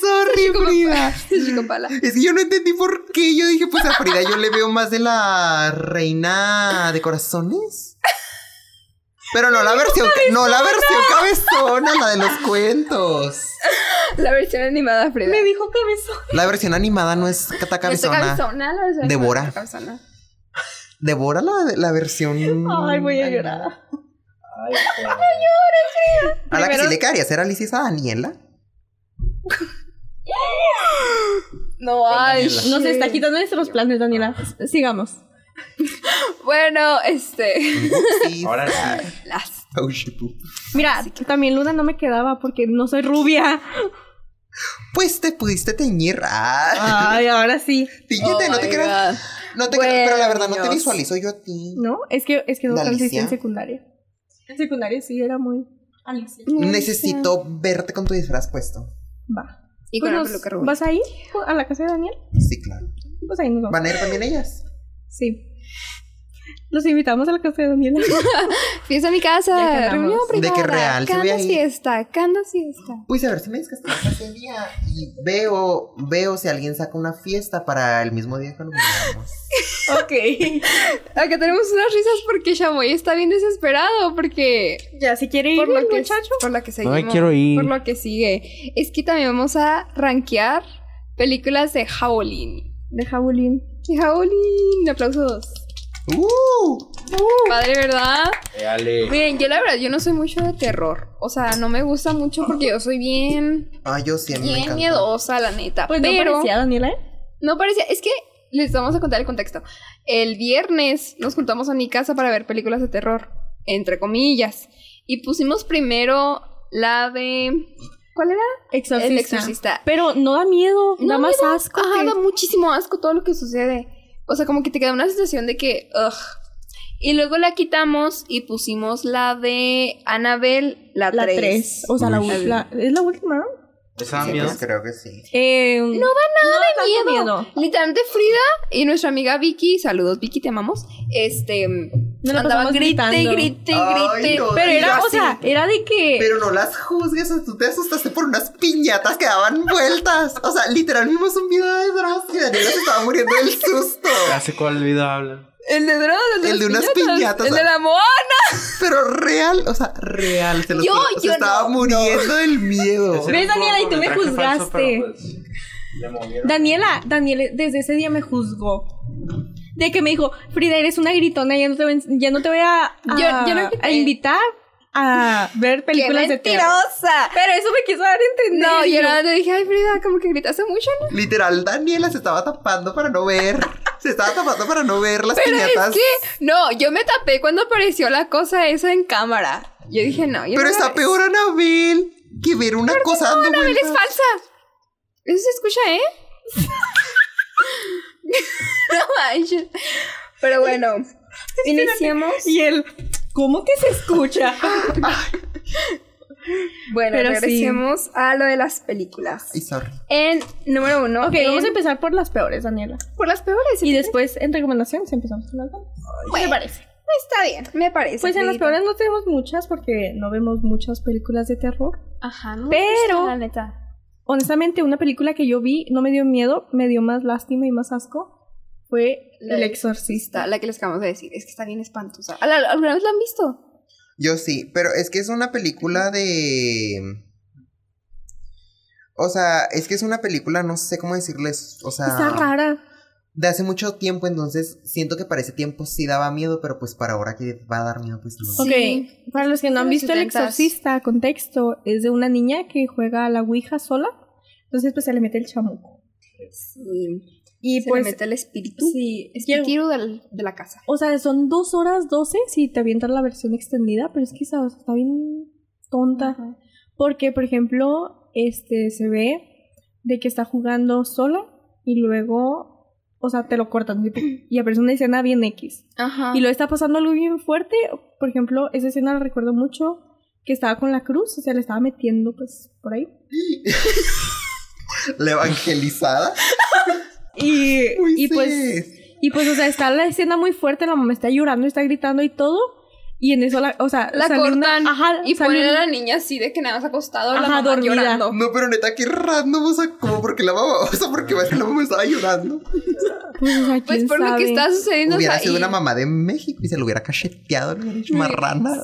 S3: Sorry, Frida.
S1: Chico pala.
S3: Es que yo no entendí por qué. Yo dije, pues a Frida yo le veo más de la reina de corazones. Pero no la versión, ca- no la versión cabezona, la de los cuentos.
S1: La versión animada, Frida.
S2: Me dijo cabezón.
S3: La versión animada no es
S1: Nuestra
S3: cata cabezona.
S1: cabezona, la versión
S3: Devora.
S1: animada, cabezona.
S3: Devora la, la versión.
S2: Ay, voy a llorar.
S4: Ay, joder.
S3: A la que sí
S1: Primero-
S3: le caerías era Alicia a Daniela.
S1: No, ay.
S3: Daniela.
S2: Nos
S1: shit.
S2: está quitando nuestros planes, Daniela. Sigamos.
S1: Bueno, este.
S3: Oopsies.
S4: Ahora sí.
S1: Las.
S3: Oh, shit, poop.
S2: Mira, también Luna no me quedaba porque no soy rubia.
S3: Pues te pudiste teñir. Ah,
S2: Ay, ahora sí.
S3: tíñete,
S1: Oh
S3: no te
S1: my
S3: creas.
S1: God.
S3: No te creas, pero la verdad no te
S1: Bueno,
S3: visualizo yo a ti.
S2: No, es que, es que no
S3: ¿La
S2: consistí en
S3: Alicia?
S2: secundaria. En secundaria sí era muy Alicia.
S3: Necesito verte con tu disfraz puesto.
S2: Va.
S1: Y
S2: Pues
S1: con la
S2: nos-
S1: peluca rubia.
S2: ¿Vas ahí? ¿A la casa de Daniel?
S3: Sí, claro.
S2: Pues ahí nos vamos.
S3: ¿Van a ir también ellas?
S2: Sí. Los invitamos a la casa de Daniela.
S1: Fiesta en mi
S2: Ya
S1: casa,
S2: ganamos.
S1: reunión
S3: ¿De qué
S1: privada.
S3: real? Sí voy
S1: Candas
S3: a ir.
S1: fiesta, candas fiesta.
S3: Pues a ver si me descastaste ese día. Y veo, veo si alguien saca una fiesta para el mismo día que nos veamos.
S2: ok.
S1: Acá tenemos unas risas porque Shamoy está bien desesperado porque
S2: Ya, si quiere ir, pues,
S1: por lo
S2: el
S1: que
S2: muchacho.
S1: por lo que
S4: No me
S1: seguimos,
S4: quiero ir.
S1: por lo que sigue. Es que también vamos a rankear películas de Howlin.
S2: De Jabulín.
S1: Y Howlin, aplausos.
S3: ¡Uh!
S1: Padre, ¿verdad?
S4: Eh, Ale.
S1: Miren, yo la verdad yo no soy mucho de terror, o sea, no me gusta mucho porque yo soy bien
S3: Ah, yo sí, a mí me
S1: bien
S3: encanta.
S1: miedosa, la neta,
S2: Pues no
S1: pero
S2: parecía Daniela, ¿eh?
S1: No parecía, es que les vamos a contar el contexto. El viernes nos juntamos a mi casa para ver películas de terror, entre comillas. Y pusimos primero la de. ¿Cuál era?
S2: Exorcista.
S1: El exorcista.
S2: Pero no da miedo,
S1: No
S2: da más asco.
S1: Ajá,
S2: que-
S1: da muchísimo asco todo lo que sucede. O sea, como que te queda una sensación de que. Ugh. Y luego la quitamos y pusimos la de Annabelle, la 3.
S2: La 3. O sea, la,
S4: Uy.
S2: ul- la- ¿Es la última?
S4: ¿Les da
S3: Sí,
S4: miedo?
S3: pues creo que sí.
S2: Eh, no da
S1: miedo.
S2: tanto
S1: Literalmente Frida y nuestra amiga Vicky, saludos Vicky, te amamos. Este
S2: la
S1: andaban
S2: pasamos
S1: grite,
S2: gritando.
S1: grite,
S3: Ay,
S1: grite.
S3: no.
S2: Pero
S3: Y
S2: era,
S3: yo
S2: o sea,
S3: así.
S2: era de que.
S3: Pero no las juzgues, tú te asustaste por unas piñatas que daban vueltas. O sea, literal, vimos un video de Dross y Daniela se estaba muriendo del susto.
S4: Ya sé cuál video hablan.
S1: El de Dross, el de,
S3: El de
S1: las
S3: unas piñatas.
S1: El del amor.
S3: Pero real, o sea, real. Se los
S1: Yo-
S3: juro, se
S1: yo
S3: estaba
S1: no,
S3: muriendo del miedo.
S2: ¿Ves, Daniela? Y tú me juzgaste.
S4: pues,
S2: Daniela, Daniel desde ese día me juzgó. De que me dijo, Frida, eres una gritona, ya no te, ven- ya no te voy a, a-
S1: Yo- yo no grité.
S2: a invitar a ver películas de terror.
S1: mentirosa.
S2: Pero eso me quiso dar a entender.
S1: No, yo nada más le dije, ay Frida, como que gritaste mucho, ¿no?
S3: Literal, Daniela se estaba tapando para no ver. Se estaba tapando para no ver las piñatas.
S1: Es que, no, yo me tapé cuando apareció la cosa esa en cámara. Yo dije, no, yo
S3: Pero
S1: no
S3: está
S1: la-
S3: peor Anabel que ver una cosa dando
S1: Anabel es
S3: vueltas.
S1: falsa. Eso se escucha, ¿eh? no manches. Pero bueno, iniciamos.
S2: Y él, ¿cómo que se escucha?
S1: Bueno,
S2: Pero sí.
S1: regresemos a lo de las películas.
S3: Ay, sorry.
S1: En número uno,
S2: ok,
S1: en-
S2: vamos a empezar por las peores, Daniela.
S1: por las peores.
S2: Y después, en recomendaciones, empezamos con las buenas.
S1: Bueno,
S2: parece?
S1: Está bien, me parece.
S2: Pues en las
S1: Fidito.
S2: peores no tenemos muchas porque no vemos muchas películas de terror.
S1: Ajá, no. pues
S2: Pero-
S1: La neta.
S2: Honestamente, una película que yo vi no me dio miedo, me dio más lástima y más asco. Fue
S1: La
S2: El
S1: de-
S2: Exorcista.
S1: Está, la que les acabamos de decir, es que está bien espantosa. ¿Al- al- ¿Alguna vez la han visto?
S3: Yo sí, pero es que es una película de. O sea, es que es una película, no sé cómo decirles. O sea.
S2: Está rara.
S3: De hace mucho tiempo, entonces siento que para ese tiempo sí daba miedo, pero pues para ahora que va a dar miedo, pues no.
S1: Sí.
S2: Ok, para los que no
S1: De
S2: han
S1: los
S2: visto El
S1: 70s.
S2: Exorcista, contexto, es de una niña que juega a la Ouija sola. Entonces, pues se le mete el chamuco.
S1: Sí.
S2: Y
S1: Se
S2: pues.
S1: le mete el espíritu.
S2: Sí, y el-
S1: Espíritu del- de la casa.
S2: o sea, son dos horas doce si te avientas la versión extendida, pero es que ¿sabes? está bien tonta. Porque, por ejemplo, este se ve de que está jugando sola y luego, o sea, te lo cortan tipo, y aparece una escena bien X.
S1: Ajá.
S2: Y luego está pasando algo bien fuerte. Por ejemplo, esa escena la recuerdo mucho que estaba con la cruz, o sea, le estaba metiendo pues por ahí.
S3: La evangelizada.
S2: Y,
S3: Uy,
S2: y
S3: sí.
S2: pues, y pues, o sea, está la escena muy fuerte, la mamá está llorando, está gritando y todo. Y en eso, la, o sea,
S1: La
S2: sale una-
S1: cortan
S2: ajá,
S1: y
S2: sale
S1: ponen a
S2: un-
S1: la niña así de que nada más acostado, la
S2: Ajá,
S1: mamá
S2: dormida.
S1: llorando.
S3: No, pero neta, qué random. O sea, como porque la mamá, o sea, porque la mamá estaba llorando.
S2: Pues, o sea,
S1: Pues
S2: quién
S1: por lo que
S2: sabe.
S1: está sucediendo. o
S3: hubiera
S1: sea,
S3: sido
S1: y-
S3: una mamá de México y se lo hubiera cacheteado, le hubiera dicho
S1: Sí.
S3: marrana.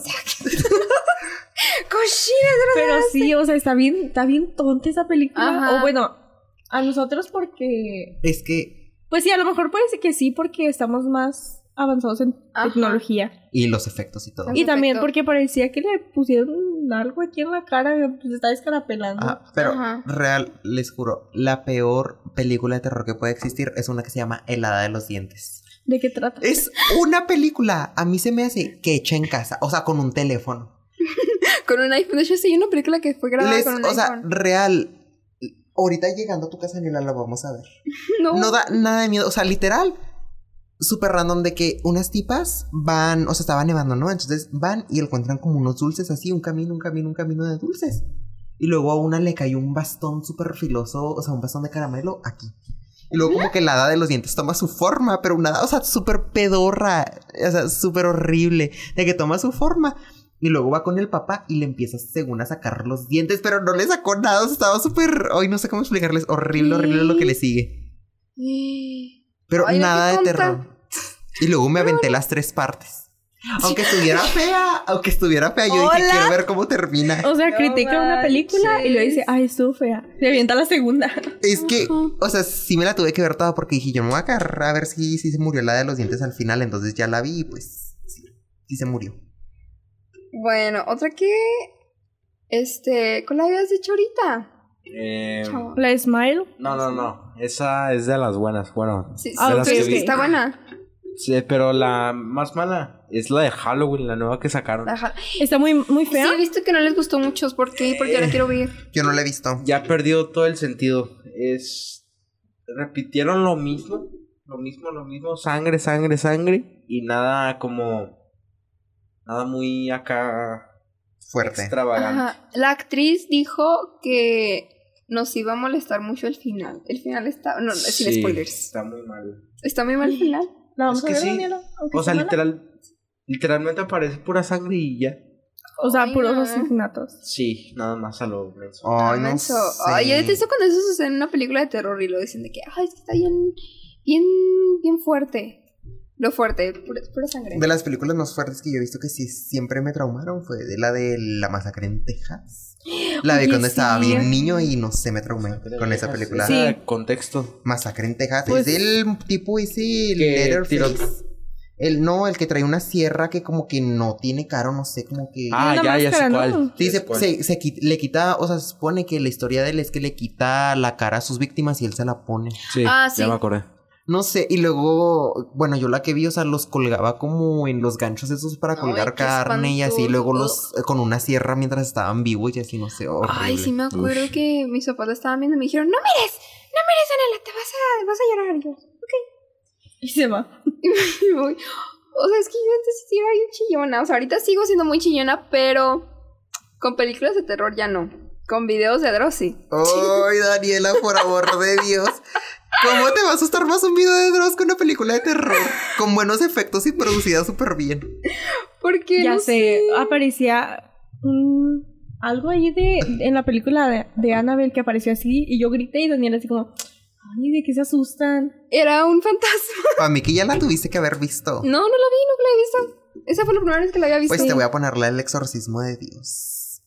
S1: Cochina.
S2: Pero sí, o sea, está bien, está bien tonta esa película.
S1: Ajá.
S2: O bueno, a nosotros porque.
S3: Es que.
S2: Pues sí, a lo mejor puede ser que sí, porque estamos más avanzados en
S1: Ajá.
S2: tecnología.
S3: Y los efectos y todo.
S1: Ajá.
S2: Y también
S1: Perfecto.
S2: porque parecía que le pusieron algo aquí en la cara, se está descarapelando.
S3: Ah, pero
S1: Ajá.
S3: real, les juro, la peor película de terror que puede existir es una que se llama El hada de los dientes.
S2: ¿De qué trata?
S3: Es una película, a mí se me hace que hecha en casa, o sea, con un teléfono.
S1: Con un iPhone. De hecho, sí, hay una película que fue grabada
S3: Les-
S1: con un
S3: o sea,
S1: iPhone.
S3: real. Ahorita llegando a tu casa ni la la vamos a ver.
S1: No.
S3: No da nada de miedo. O sea, literal. Súper random de que unas tipas van, o sea, estaba nevando, ¿no? Entonces van y encuentran como unos dulces así, un camino, un camino, un camino de dulces. Y luego a una le cayó un bastón súper filoso, o sea, un bastón de caramelo aquí. Y luego como que la hada de los dientes toma su forma, pero una hada, o sea, súper pedorra, o sea, súper horrible, de que toma su forma. Y luego va con el papá y le empieza según a sacar los dientes, pero no le sacó nada, o sea, estaba súper, hoy no sé cómo explicarles, horrible, horrible lo que le sigue.
S1: Y-
S3: Pero
S1: Ay, no,
S3: nada de
S1: qué tonta.
S3: terror. Y luego me aventé las tres partes. Aunque estuviera fea, aunque estuviera fea, yo dije,
S1: Hola.
S3: quiero ver cómo termina.
S2: O sea,
S1: No
S2: critica una película y luego dice,
S1: manches.
S2: ay, estuvo fea. Se avienta la segunda.
S3: Es que, o sea, sí me la tuve que ver toda porque dije, yo me voy a agarrar a ver si, si se murió la de los dientes al final. Entonces ya la vi y pues sí, sí se murió.
S1: Bueno, otra que. Este. ¿Cuál habías dicho ahorita?
S4: Eh,
S1: Chavo.
S2: La Smile.
S4: no, no, no. Esa es de las buenas. Bueno,
S1: Sí, sí,
S2: Ah,
S4: de
S1: tú
S4: las
S2: ok,
S1: dices
S4: que
S1: que
S4: vi.
S2: ok.
S1: está buena.
S4: Sí, pero la más mala es la de Halloween, la nueva que sacaron.
S1: Ajá.
S2: Está muy, muy
S1: Sí,
S2: fea.
S1: he visto que no les gustó mucho. ¿Por qué? Porque
S4: Eh,
S1: yo la quiero ver.
S3: Yo no la he visto.
S4: Ya perdió todo el sentido. Es. Repitieron lo mismo. Lo mismo, lo mismo. Sangre, sangre, sangre. Y nada como. Nada muy acá.
S3: Fuerte.
S4: Extravagante.
S1: Ajá. La actriz dijo que nos iba a molestar mucho el final. El final está. No, sin
S4: Sí,
S1: spoilers.
S4: Está muy mal.
S1: Está muy mal el final.
S2: La vamos
S4: Es que
S2: a ver,
S4: sí.
S2: Daniela, aunque
S4: O sea,
S2: sea mala.
S4: literal. Literalmente aparece pura sangre y ya.
S2: O sea,
S1: Ay,
S2: puros
S1: no.
S2: asesinatos.
S4: Sí, nada más a lo menos.
S3: Ay, no
S1: Menso.
S3: sé.
S1: Ah, Ay, yo detesto cuando eso sucede en una película de terror y lo dicen de que, ay, es que está bien, bien, bien fuerte. Lo fuerte, pura, pura sangre.
S3: De las películas más fuertes que yo he visto que sí siempre me traumaron fue de la de la masacre en Texas. La de
S2: Oye,
S3: cuando estaba
S2: sí.
S3: bien niño y no sé, me traumé con esa película.
S2: Sí.
S4: Contexto.
S3: Masacre en Texas.
S2: Pues-
S3: es el tipo ese el
S4: Que
S3: Leatherface.
S4: tiró-
S3: El no, el que trae una sierra que como que no tiene caro, no sé, como que.
S4: Ah,
S2: Una
S4: ya, ya sé
S2: máscara, ¿no?
S4: cuál.
S3: Sí,
S4: Ya sé
S3: se,
S4: cuál.
S3: se- se qui- le quita, o sea, se supone que la historia de él es que le quita la cara a sus víctimas y él se la pone.
S4: Sí,
S1: Ah, sí.
S4: ya me acordé.
S3: No sé, y luego, bueno, yo la que vi, o sea, los colgaba como en los ganchos esos para
S1: Ay,
S3: colgar
S1: qué
S3: carne y así,
S1: espantoso.
S3: luego los con una sierra mientras estaban vivos y así, no sé, horrible.
S1: Ay, sí me acuerdo
S4: Ush.
S1: que mis papás la estaban viendo y me dijeron, no mires, no mires, Anela, te vas a, vas a llorar. Y yo,
S2: Y se va.
S1: y voy. O sea, es que yo antes sí era bien chillona. O sea, ahorita sigo siendo muy chillona, pero con películas de terror ya no. Con videos de Dross sí.
S3: Ay, Daniela, por amor de Dios. ¿Cómo te va a asustar más un video de Dross que una película de terror? Con buenos efectos y producida súper bien.
S1: Porque
S2: Ya
S1: no
S2: sé, aparecía un- algo ahí de en la película de, de Annabelle que apareció así y yo grité y Daniela así como, ay, ¿de qué se asustan?
S1: Era un fantasma.
S3: A mí que ya la tuviste que haber visto.
S1: No, no la vi, nunca la he visto. Esa fue la primera vez que la había visto.
S3: Pues te voy a ponerla el exorcismo de Dios.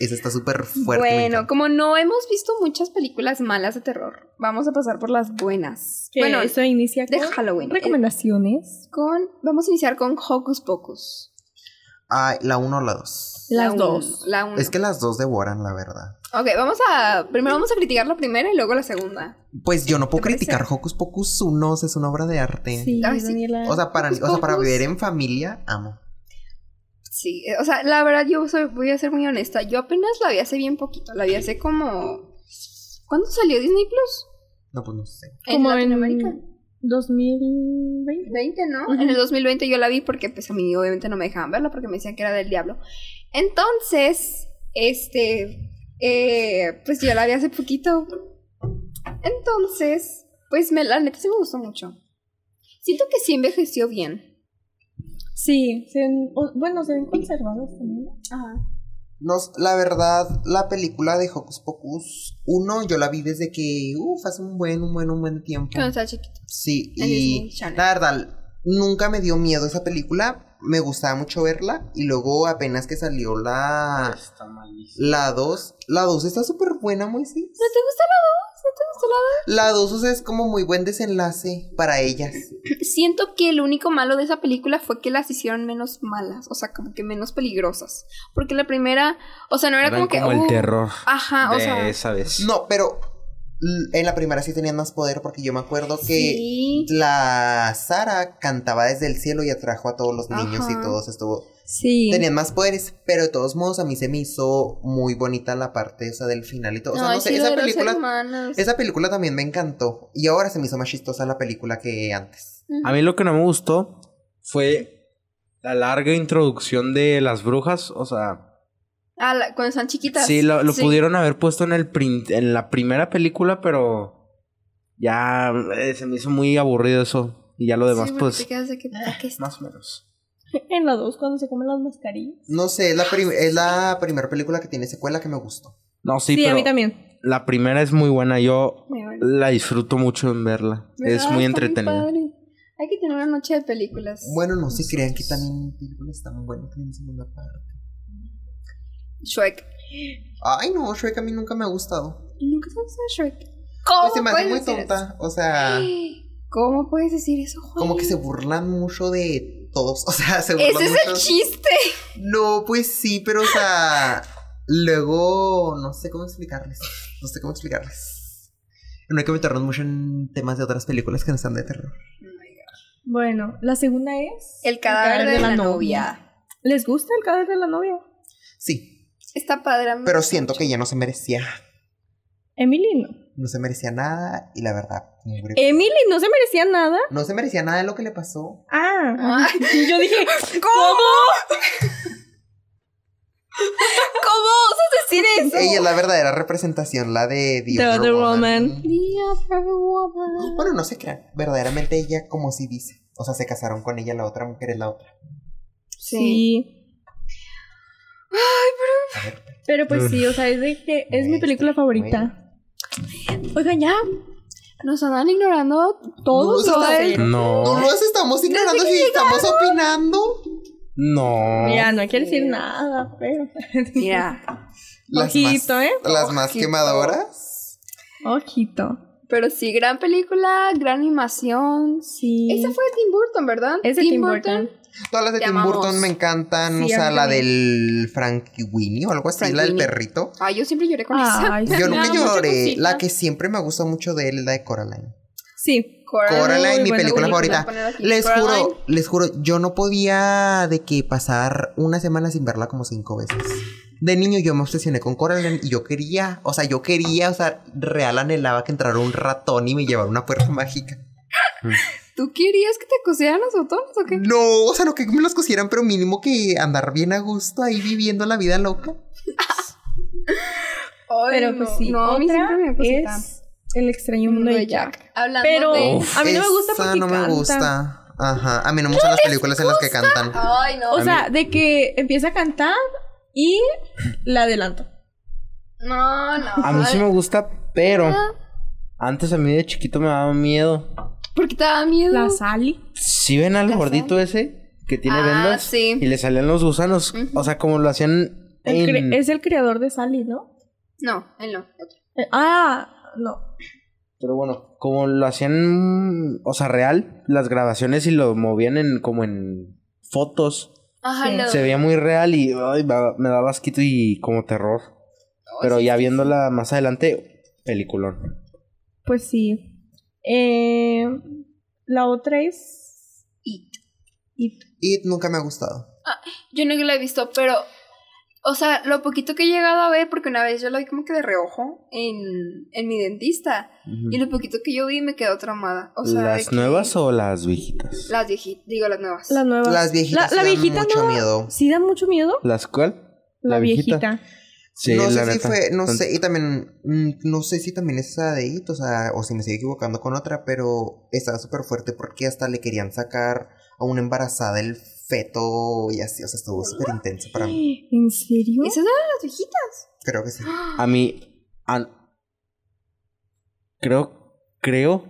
S3: Esa está súper fuerte. me
S1: Bueno,
S3: encanta.
S1: como no hemos visto muchas películas malas de terror, vamos a pasar por las buenas.
S2: Que
S1: Bueno,
S2: eso inicia
S1: de
S2: con
S1: Halloween. eh,
S2: recomendaciones.
S1: con, vamos a iniciar con Hocus Pocus.
S3: Ay, la uno o la dos.
S2: Las
S1: uno,
S2: dos.
S1: la uno.
S3: Es que las dos devoran, la verdad.
S1: Ok, vamos a. Primero vamos a criticar la primera y luego la segunda.
S3: Pues yo no puedo
S1: ¿Te parece?
S3: criticar Hocus Pocus unos es una obra de arte.
S2: Sí,
S1: Ay, Ah, sí.
S2: Daniela.
S3: O sea, para, o
S1: Hocus
S3: sea, para
S1: Pocus.
S3: vivir en familia, amo.
S1: Sí, eh, o sea, la verdad, yo soy- voy a ser muy honesta. Yo apenas la vi hace bien poquito. La vi hace como. ¿Cuándo salió Disney Plus?
S3: No, pues no sé.
S1: en Latinoamérica.
S2: 2020.
S1: 20, ¿no?
S2: Ujú.
S1: En el 2020 yo la vi porque pues a mí obviamente no me dejaban verla porque me decían que era del diablo. Entonces, este, eh, pues yo la vi hace poquito Entonces, pues me, la neta sí me gustó mucho. Siento que sí envejeció bien.
S2: Sí, se ven- o- bueno, se ven conservados también.
S1: Ajá.
S3: Nos, la verdad, la película de Hocus Pocus 1 yo la vi desde que, uff, hace un buen, un buen, un buen tiempo.
S1: Cuando estaba chiquita.
S3: Sí,
S1: En Disney
S3: y
S1: Channel.
S3: la verdad, nunca me dio miedo esa película, me gustaba mucho verla y luego apenas que salió la
S4: Está malísimo.
S3: la 2, la 2 está súper buena, Moisés.
S1: ¿No te gusta la dos? ¿No te gustó la dos?
S3: La 2 o sea, es como muy buen desenlace para ellas.
S1: Siento que el único malo de esa película fue que las hicieron menos malas, o sea, como que menos peligrosas. Porque la primera, o sea, no era
S4: Eran
S1: como que.
S4: el
S1: uh,
S4: terror
S1: Ajá, o
S4: de
S1: sea.
S4: esa vez.
S3: No, pero l- en la primera sí tenían más poder porque yo me acuerdo que
S1: Sí.
S3: la Sara cantaba desde el cielo y atrajo a todos los niños
S1: Ajá.
S3: y todos estuvo
S2: Sí.
S3: tenían más poderes, pero de todos modos a mí se me hizo muy bonita la parte esa del final y todo. O sea,
S1: Ay,
S3: no sé,
S1: sí, lo
S3: esa
S1: de los
S3: película
S1: hermanos.
S3: Esa película también me encantó. Y ahora se me hizo más chistosa la película que antes.
S4: A mí lo que no me gustó fue la larga introducción de las brujas. O sea,
S1: Ah, la- cuando están chiquitas.
S4: sí, lo, lo
S1: Sí.
S4: pudieron haber puesto en, el prin- en la primera película, pero ya eh, se me hizo muy aburrido eso. Y ya lo
S1: Sí,
S4: demás,
S1: porque
S4: pues,
S1: te quedas de que, ¿para qué está?
S4: más o menos.
S2: En la 2, cuando se comen las mascarillas.
S3: No sé, es la, prim- es la primera película que tiene secuela que me gustó.
S4: No, sí,
S2: sí a
S4: pero
S2: mí también.
S4: la primera es muy buena. Yo
S1: Muy bueno.
S4: la disfruto mucho en
S2: Ah,
S4: verla.
S1: ¿Verdad?
S4: Es
S1: Está
S4: muy entretenida.
S1: padre. Hay que tener una noche de películas.
S3: Bueno, no sé, crean que también mi película está muy buena que en segunda parte.
S1: Shrek.
S3: Ay, no, Shrek a mí nunca me ha gustado.
S1: ¿Nunca te gusta Shrek?
S3: Pues
S1: ¿Cómo
S3: se me hace
S1: puedes
S3: muy
S1: decir
S3: tonta. O
S4: Ah.
S3: sea,
S1: eso? ¿Cómo puedes decir eso, Juan?
S3: como que se burlan mucho de todos. O sea, se burlan
S1: Ese es
S3: mucho.
S1: el chiste.
S3: No, pues sí, pero o sea, luego no sé cómo explicarles. No sé cómo explicarles. No hay que meternos mucho en temas de otras películas que no están de terror.
S2: Bueno, la segunda es.
S1: El cadáver de la novia.
S2: ¿Les gusta el cadáver de la novia?
S3: Sí,
S1: Está padre. a mí me
S3: Pero
S1: gusta
S3: siento
S1: mucho.
S3: que ya no se merecía.
S2: Emily no.
S3: No se merecía nada. Y la verdad, murió.
S1: Eh.
S2: Emily no se merecía nada.
S3: No se merecía nada de lo que le pasó.
S2: Ah,
S1: Ah.
S2: yo dije,
S1: ¿Cómo? ¿Cómo
S2: Ah,
S1: osas decir eso?
S3: Ella es la verdadera representación, la de The,
S2: The
S3: Other,
S2: Other
S3: Woman.
S2: Woman.
S1: The other woman.
S3: Bueno, no se crean. Verdaderamente ella, como si dice. O sea, se casaron con ella, la otra mujer es la otra.
S2: sí.
S3: A ver,
S2: Pero pues sí, o sea, es de que es mi película favorita.
S1: Oigan, ya. Nos andan ignorando todos.
S3: No,
S1: ¿verdad?
S2: está
S3: no
S4: No,
S3: los estamos ignorando si estamos opinando.
S4: no.
S2: Mira, no quiero decir nada, pero.
S1: Mira.
S3: Las
S2: Ojito,
S3: más,
S2: ¿eh?
S3: las más
S1: Ojito.
S3: quemadoras.
S2: Ojito.
S1: Pero sí, gran película, gran animación.
S2: Sí.
S1: Esa fue de Tim Burton, ¿verdad?
S2: Es de Tim Burton.
S3: Todas las de
S1: Te
S3: Tim
S1: amamos.
S3: Burton me encantan.
S2: Sí,
S3: o
S2: a
S3: sea,
S2: mí
S3: la
S2: también.
S3: del Frankie Winnie o algo así, la
S1: Frankie
S3: del
S1: Winnie.
S3: perrito.
S1: Ay, yo siempre lloré con
S2: Ay, sí.
S3: Yo
S2: Me da
S3: nunca
S2: mucha
S3: lloré.
S2: cosita.
S3: La que siempre me gusta mucho de él es la de Coraline.
S2: Sí.
S1: esa. Coraline.
S3: Coraline,
S2: Muy
S3: mi
S2: buena
S3: película
S2: película.
S1: Voy
S3: favorita.
S1: a poner aquí.
S3: Les
S1: Coraline.
S3: juro, les juro, yo no podía de que pasar una semana sin verla como cinco veces. De niño yo me obsesioné con Coraline y yo quería, o sea, yo quería, o sea, real anhelaba que entrara un ratón y me llevara una puerta mágica.
S1: ¿Tú querías que te cosieran los botones o qué?
S3: No, o sea, no que me los cosieran, pero mínimo que andar bien a gusto ahí viviendo la vida loca.
S1: Ay,
S2: Pero
S1: no.
S2: pues sí.
S1: No, a mí
S2: Otra
S1: siempre me da cosita.
S2: es El extraño mundo de Jack.
S1: Hablando
S2: Pero
S1: de...
S2: a mí no me gusta
S3: Esa
S2: porque
S3: no me
S2: canta.
S3: gusta. Ajá, a mí no me gustan las películas en las que cantan.
S1: Ay, no.
S2: O sea, de que empieza a cantar y la adelanto.
S1: no, no.
S4: A mí sí me gusta, pero
S2: Ah.
S4: antes a mí de chiquito me daba miedo.
S1: Porque te da miedo.
S2: La Sally.
S4: Si ven al
S1: Casado.
S4: gordito ese que tiene
S1: Ah,
S4: vendas
S1: sí.
S4: y le salían los gusanos,
S1: Ujú.
S4: o sea, como lo hacían
S2: El cre-
S4: en
S2: Es el creador de Sally, ¿no?
S1: No, él no.
S2: Eh, ah, no.
S4: pero bueno, como lo hacían, o sea, real, las grabaciones y lo movían en como en fotos,
S1: Ajá,
S2: Sí.
S1: no.
S4: se veía muy real y ay, me me daba asquito y como terror,
S3: Oh,
S4: pero ya viéndola más adelante, peliculón.
S2: Pues sí. Eh, la otra es.
S1: It.
S2: It.
S3: Y nunca me ha gustado.
S1: Yo no la he visto, pero. O sea, lo poquito que he llegado a ver, porque una vez yo la vi como que de reojo en, en mi dentista.
S4: Ujú.
S1: Y lo poquito que yo vi me quedó traumada. O sea, de
S4: ¿Las
S1: que-
S4: nuevas o las viejitas?
S1: Las viejitas, digo las nuevas.
S2: La nueva.
S3: Las viejitas
S2: La, la
S3: dan
S2: viejita
S3: mucho
S2: no-
S3: miedo.
S2: ¿Sí da mucho miedo?
S4: ¿Las cuál?
S2: La, viejita.
S4: Sí,
S3: no
S4: la
S3: sé si
S4: neta.
S3: fue, no
S4: Tan-
S3: sé, y también, mm, no sé si también es esa de It, o sea, o si me estoy equivocando con otra, pero estaba súper fuerte porque hasta le querían sacar a una embarazada el feto y así, o sea, estuvo súper intenso para mí,
S2: ¿En serio?
S1: Esas eran las viejitas. ¡Ah!
S3: creo que sí.
S4: A mí. an- Creo. Creo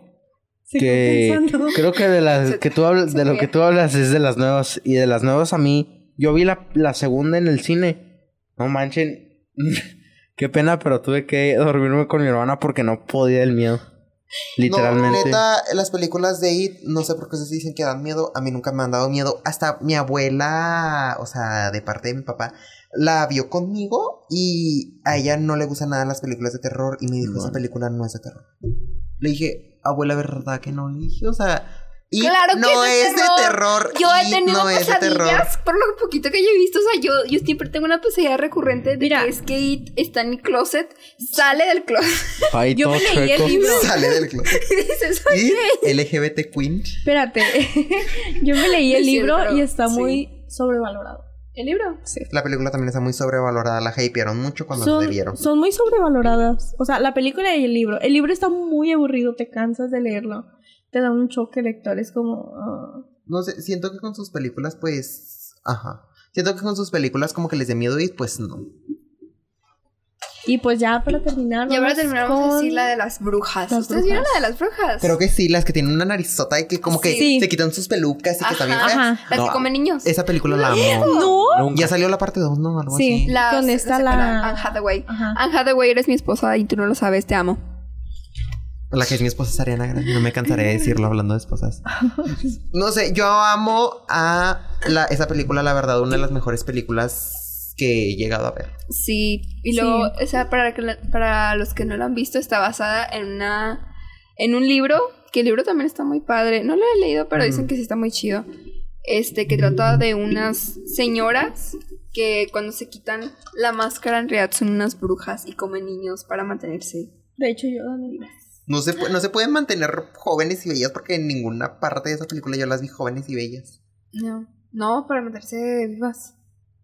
S2: Sigo
S4: que
S2: pensando.
S4: creo que de las
S1: Se-
S4: que tú hablas de lo
S1: fue.
S4: que tú hablas es de las nuevas y de las nuevas a mí yo vi la, la segunda en el cine no manchen qué pena pero tuve que dormirme con mi hermana porque no podía el miedo
S3: No,
S4: literalmente
S3: neta, las películas de It, no sé por qué se dicen que dan miedo. A mí nunca me han dado miedo. Hasta mi abuela, o sea, de parte de mi papá, la vio conmigo y a ella no le gustan nada las películas de terror. Y me dijo,
S4: No.
S3: esa película no es de terror. Le dije, abuela, ¿verdad que no? Le dije, o sea... It
S1: Claro que
S3: no
S1: es de
S3: es de terror.
S1: Yo he
S3: It
S1: tenido
S3: no es de terror.
S1: pesadillas por lo poquito que yo he visto. O sea, yo, yo siempre tengo una pesadilla recurrente de
S2: Mira.
S1: que es que It está en mi closet, sale del closet
S4: Ay,
S2: Yo
S4: todo
S2: me leí el
S4: chueco.
S2: libro.
S3: Sale del closet.
S1: y dices, "Ay,
S3: Y LGBT Queen.
S2: Espérate. Yo me leí el
S1: Sí,
S2: libro
S1: pero-
S2: y está
S1: sí.
S2: muy sobrevalorado.
S1: ¿el libro?
S2: Sí.
S3: La película también está muy sobrevalorada. La hypearon mucho cuando la debieron.
S2: Son, son muy sobrevaloradas. O sea, la película y el libro. El libro está muy aburrido, te cansas de leerlo. Te da un choque lector, es como... ah.
S3: No sé, siento que con sus películas, pues. Ajá. Siento que con sus películas, como que les dé miedo y pues no.
S2: Y pues ya para terminar...
S1: Y ahora
S2: vamos
S1: terminamos de
S2: con-
S1: decir la de las brujas.
S2: Las
S1: ¿Ustedes vieron
S2: brujas.
S1: la de las brujas?
S3: Creo que sí, las que tienen una narizota y que como que
S2: Sí.
S3: se quitan sus pelucas y que
S1: Ajá.
S3: también.
S2: Ajá.
S1: La
S4: No.
S1: que come niños.
S3: Esa película la amo.
S2: No.
S4: Nunca.
S3: Ya salió la parte 2, ¿no? Algo
S2: Sí.
S3: así.
S1: Las-
S2: Con esta
S1: con
S2: la-
S1: Anne Hathaway.
S2: Ajá.
S1: Anne Hathaway, eres mi esposa y tú no lo sabes, te amo.
S3: La que es mi esposa es Ariana Grande. No me cansaré de decirlo hablando de esposas. No sé, yo amo a la- esa película, la verdad, una de las mejores películas que he llegado a ver.
S1: Sí, y
S2: Sí.
S1: luego, o sea, para, que la- para los que no lo han visto, está basada en una en un libro, que el libro también está muy padre. No lo he leído, pero dicen
S3: Ujú.
S1: que sí está muy chido. Este, que trata de unas señoras que cuando se quitan la máscara en realidad son unas brujas y comen niños para mantenerse.
S2: De hecho, yo... Dani,
S3: No se, pu- no se pueden mantener jóvenes y bellas porque en ninguna parte de esa película yo las vi jóvenes y bellas.
S1: No, no, para mantenerse vivas.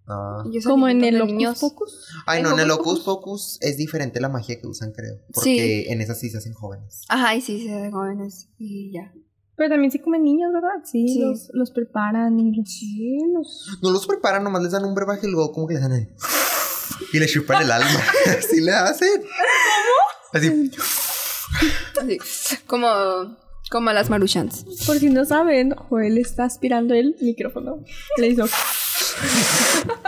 S3: Ah.
S1: Y yo soy
S2: Como en
S1: niñito
S2: el
S1: de
S2: Locus Pocus.
S3: Ay, no, en el Hocus
S1: Pocus.
S3: Pocus es diferente la magia que usan, creo. Porque
S1: Sí.
S3: en esas sí se hacen jóvenes.
S1: Ajá, y sí, se de jóvenes y ya.
S2: Pero también sí comen niños, ¿verdad? Sí,
S1: Sí.
S2: Los, los preparan y los... Sí, los...
S3: No los preparan, nomás les dan un brebaje y luego como que les dan el... Y le chupan el alma. Así le hacen. Así.
S1: Así, como, como las maruchans.
S2: Por si no saben, Joel está aspirando el micrófono. Le hizo...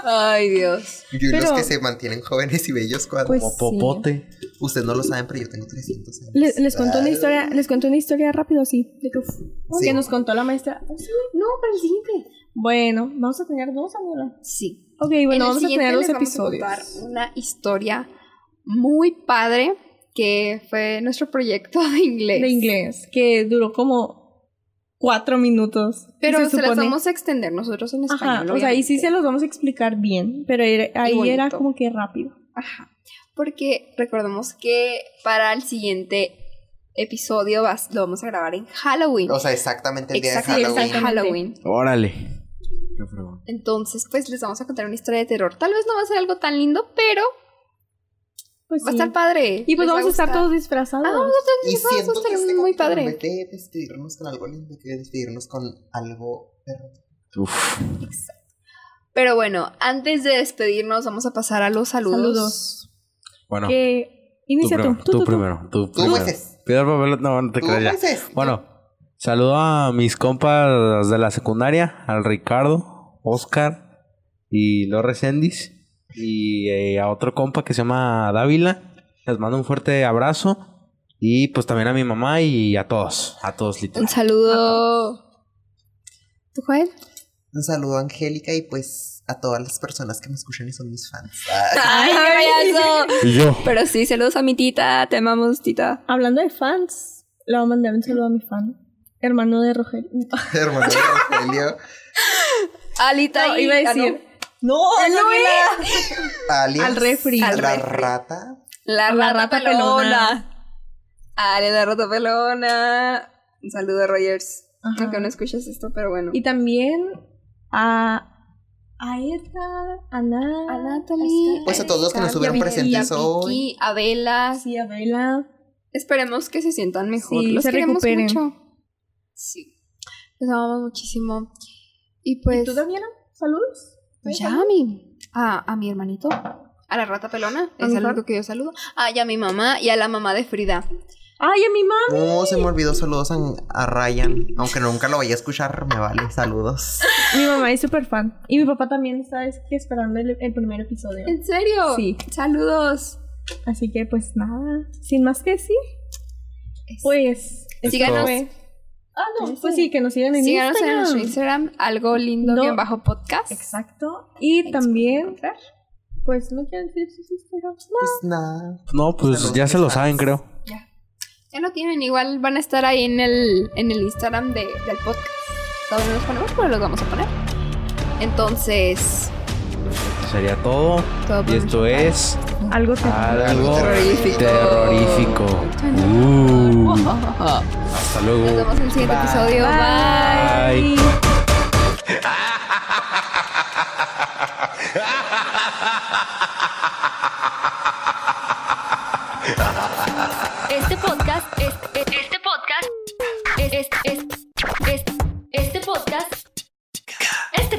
S1: Ay, Dios.
S3: Y los
S2: Pero-
S3: que se mantienen jóvenes y bellos cuando...
S2: Pues
S4: como
S2: sí.
S4: popote
S3: Ustedes no lo saben, pero yo tengo 300 años.
S2: Les, les contó una
S3: Ay.
S2: historia, les contó una historia rápido así, de que,
S3: Sí.
S2: que nos contó la maestra. "Ah, sí, No, para el siguiente. Bueno, vamos a tener dos, Daniela.
S1: Sí.
S2: Ok, bueno,
S1: En el
S2: vamos a
S1: siguiente
S2: tener dos
S1: les vamos a
S2: episodios.
S1: contar una historia muy padre que fue nuestro proyecto de inglés.
S2: de inglés, que duró como cuatro minutos.
S1: Pero se, las
S2: supone-
S1: vamos a extender nosotros en
S2: Ajá,
S1: español.
S2: o sea, ahí sí se
S1: obviamente.
S2: los vamos a explicar bien, pero era- ahí era
S1: bonito.
S2: como que rápido.
S1: Ajá. Porque recordemos que para el siguiente episodio vas- lo vamos a grabar en Halloween.
S3: O sea, exactamente el día de
S1: Exacto,
S3: Halloween.
S1: exacto, Halloween.
S4: órale qué fregón
S1: Entonces, pues les vamos a contar una historia de terror. Tal vez no va a ser algo tan lindo, pero
S2: Pues
S1: va a
S2: sí.
S1: estar padre.
S2: Y pues
S1: Les va
S2: vamos a estar
S1: gustar.
S2: todos disfrazados.
S1: Ah, vamos a estar
S3: Y
S1: disfrazados,
S3: siento que
S1: estará
S3: este
S1: muy
S3: capítulo,
S1: padre.
S3: en vez de despedirnos con algo lindo, hay que despedirnos con algo... perro.
S4: Uf.
S1: Pero bueno, antes de despedirnos, vamos a pasar a los saludos.
S2: Saludos.
S4: bueno
S2: Que
S4: tú,
S2: inicia tú,
S4: primero,
S2: tú,
S4: tú
S2: tú, tú.
S4: primero tú
S3: Tú,
S4: primero
S3: Moisés.
S4: piedra papel no no te
S3: Tú,
S4: creas ya.
S3: Moisés.
S4: Bueno, saludo a mis compas de la secundaria, al Ricardo, Oscar y Lores Endis. Y eh, a otro compa que se llama Dávila. Les mando un fuerte abrazo. Y pues también a mi mamá y a todos. A todos,
S1: Un
S4: literal.
S1: saludo. ¿Tú, Joel?
S3: Un saludo a Angélica y pues a todas las personas que me escuchan y son mis fans.
S1: ¡Ay, qué
S2: Ay.
S1: payaso!
S4: Y yo.
S1: Pero sí, saludos a mi tita. Te amamos, tita.
S2: Hablando de fans, le voy a mandar un saludo a mi fan, hermano de Rogelio.
S3: Hermano de Rogelio,
S1: Alita.
S2: No,
S1: y-
S2: iba a
S1: ah, no.
S2: decir. No, no es.
S3: alias,
S2: Al refri.
S1: Al
S3: la
S1: refri.
S3: rata.
S1: La, rata,
S2: La rata
S1: pelona. Ale, la rata pelona. Un saludo, Rogers.
S2: Ajá.
S1: Aunque no escuchas esto, pero bueno.
S2: Y también a A Edgar, a Nat,
S1: A Natalie.
S3: Pues a todos los que nos
S1: Scarlett,
S3: hubieran
S1: a Vicky,
S3: presentes
S1: a
S3: hoy.
S1: Vicky, A Vela.
S2: sí, a Bella.
S1: Esperemos que se sientan mejor.
S2: Sí,
S1: los
S2: se
S1: queremos
S2: recuperen.
S1: mucho. Sí. Los amamos muchísimo. Y pues.
S2: ¿Y tú, Daniela? ¿Saludos?
S1: Pues ya a mi, a, a mi hermanito, a la rata pelona,
S2: ¿A
S1: es
S2: mi
S1: el
S2: fam?
S1: único que yo saludo. Ah, y a mi mamá y a la mamá de Frida.
S2: ¡Ay, a mi mamá!
S3: Oh, se me olvidó saludos a, a Ryan. Aunque nunca lo vaya a escuchar, me vale. Saludos.
S2: Mi mamá es súper fan. Y mi papá también está es que esperando el, el primer episodio.
S1: ¿En serio?
S2: Sí.
S1: Saludos.
S2: Así que, pues nada, sin más que decir, pues...
S1: Síganos.
S2: fue- Ah, no, pues sí, que nos sigan en
S1: Síganos en
S2: Instagram.
S1: nuestro Instagram, algo lindo
S2: No.
S1: bien bajo podcast.
S2: Exacto. Y también, pues no quiero decir sus Instagrams. No.
S3: Pues nada.
S4: No, pues
S3: Saludos,
S4: ya se lo
S3: fans.
S4: saben, creo.
S1: Ya. Ya lo tienen, igual van a estar ahí en el, en el Instagram de- del podcast. Todavía no los ponemos, pero los vamos a poner. Entonces,
S4: Sería todo.
S1: todo
S4: Y
S1: por
S4: esto es
S2: Algo te...
S4: algo
S1: pues, Terrorífico.
S4: terrorífico.
S1: Chan, chan.
S4: Uh,
S1: Nos
S4: hasta luego.
S1: vemos en el siguiente
S3: Bye.
S1: episodio. Bye.
S4: Bye.
S5: Este podcast es, es- este podcast es, es- es- es- este podcast este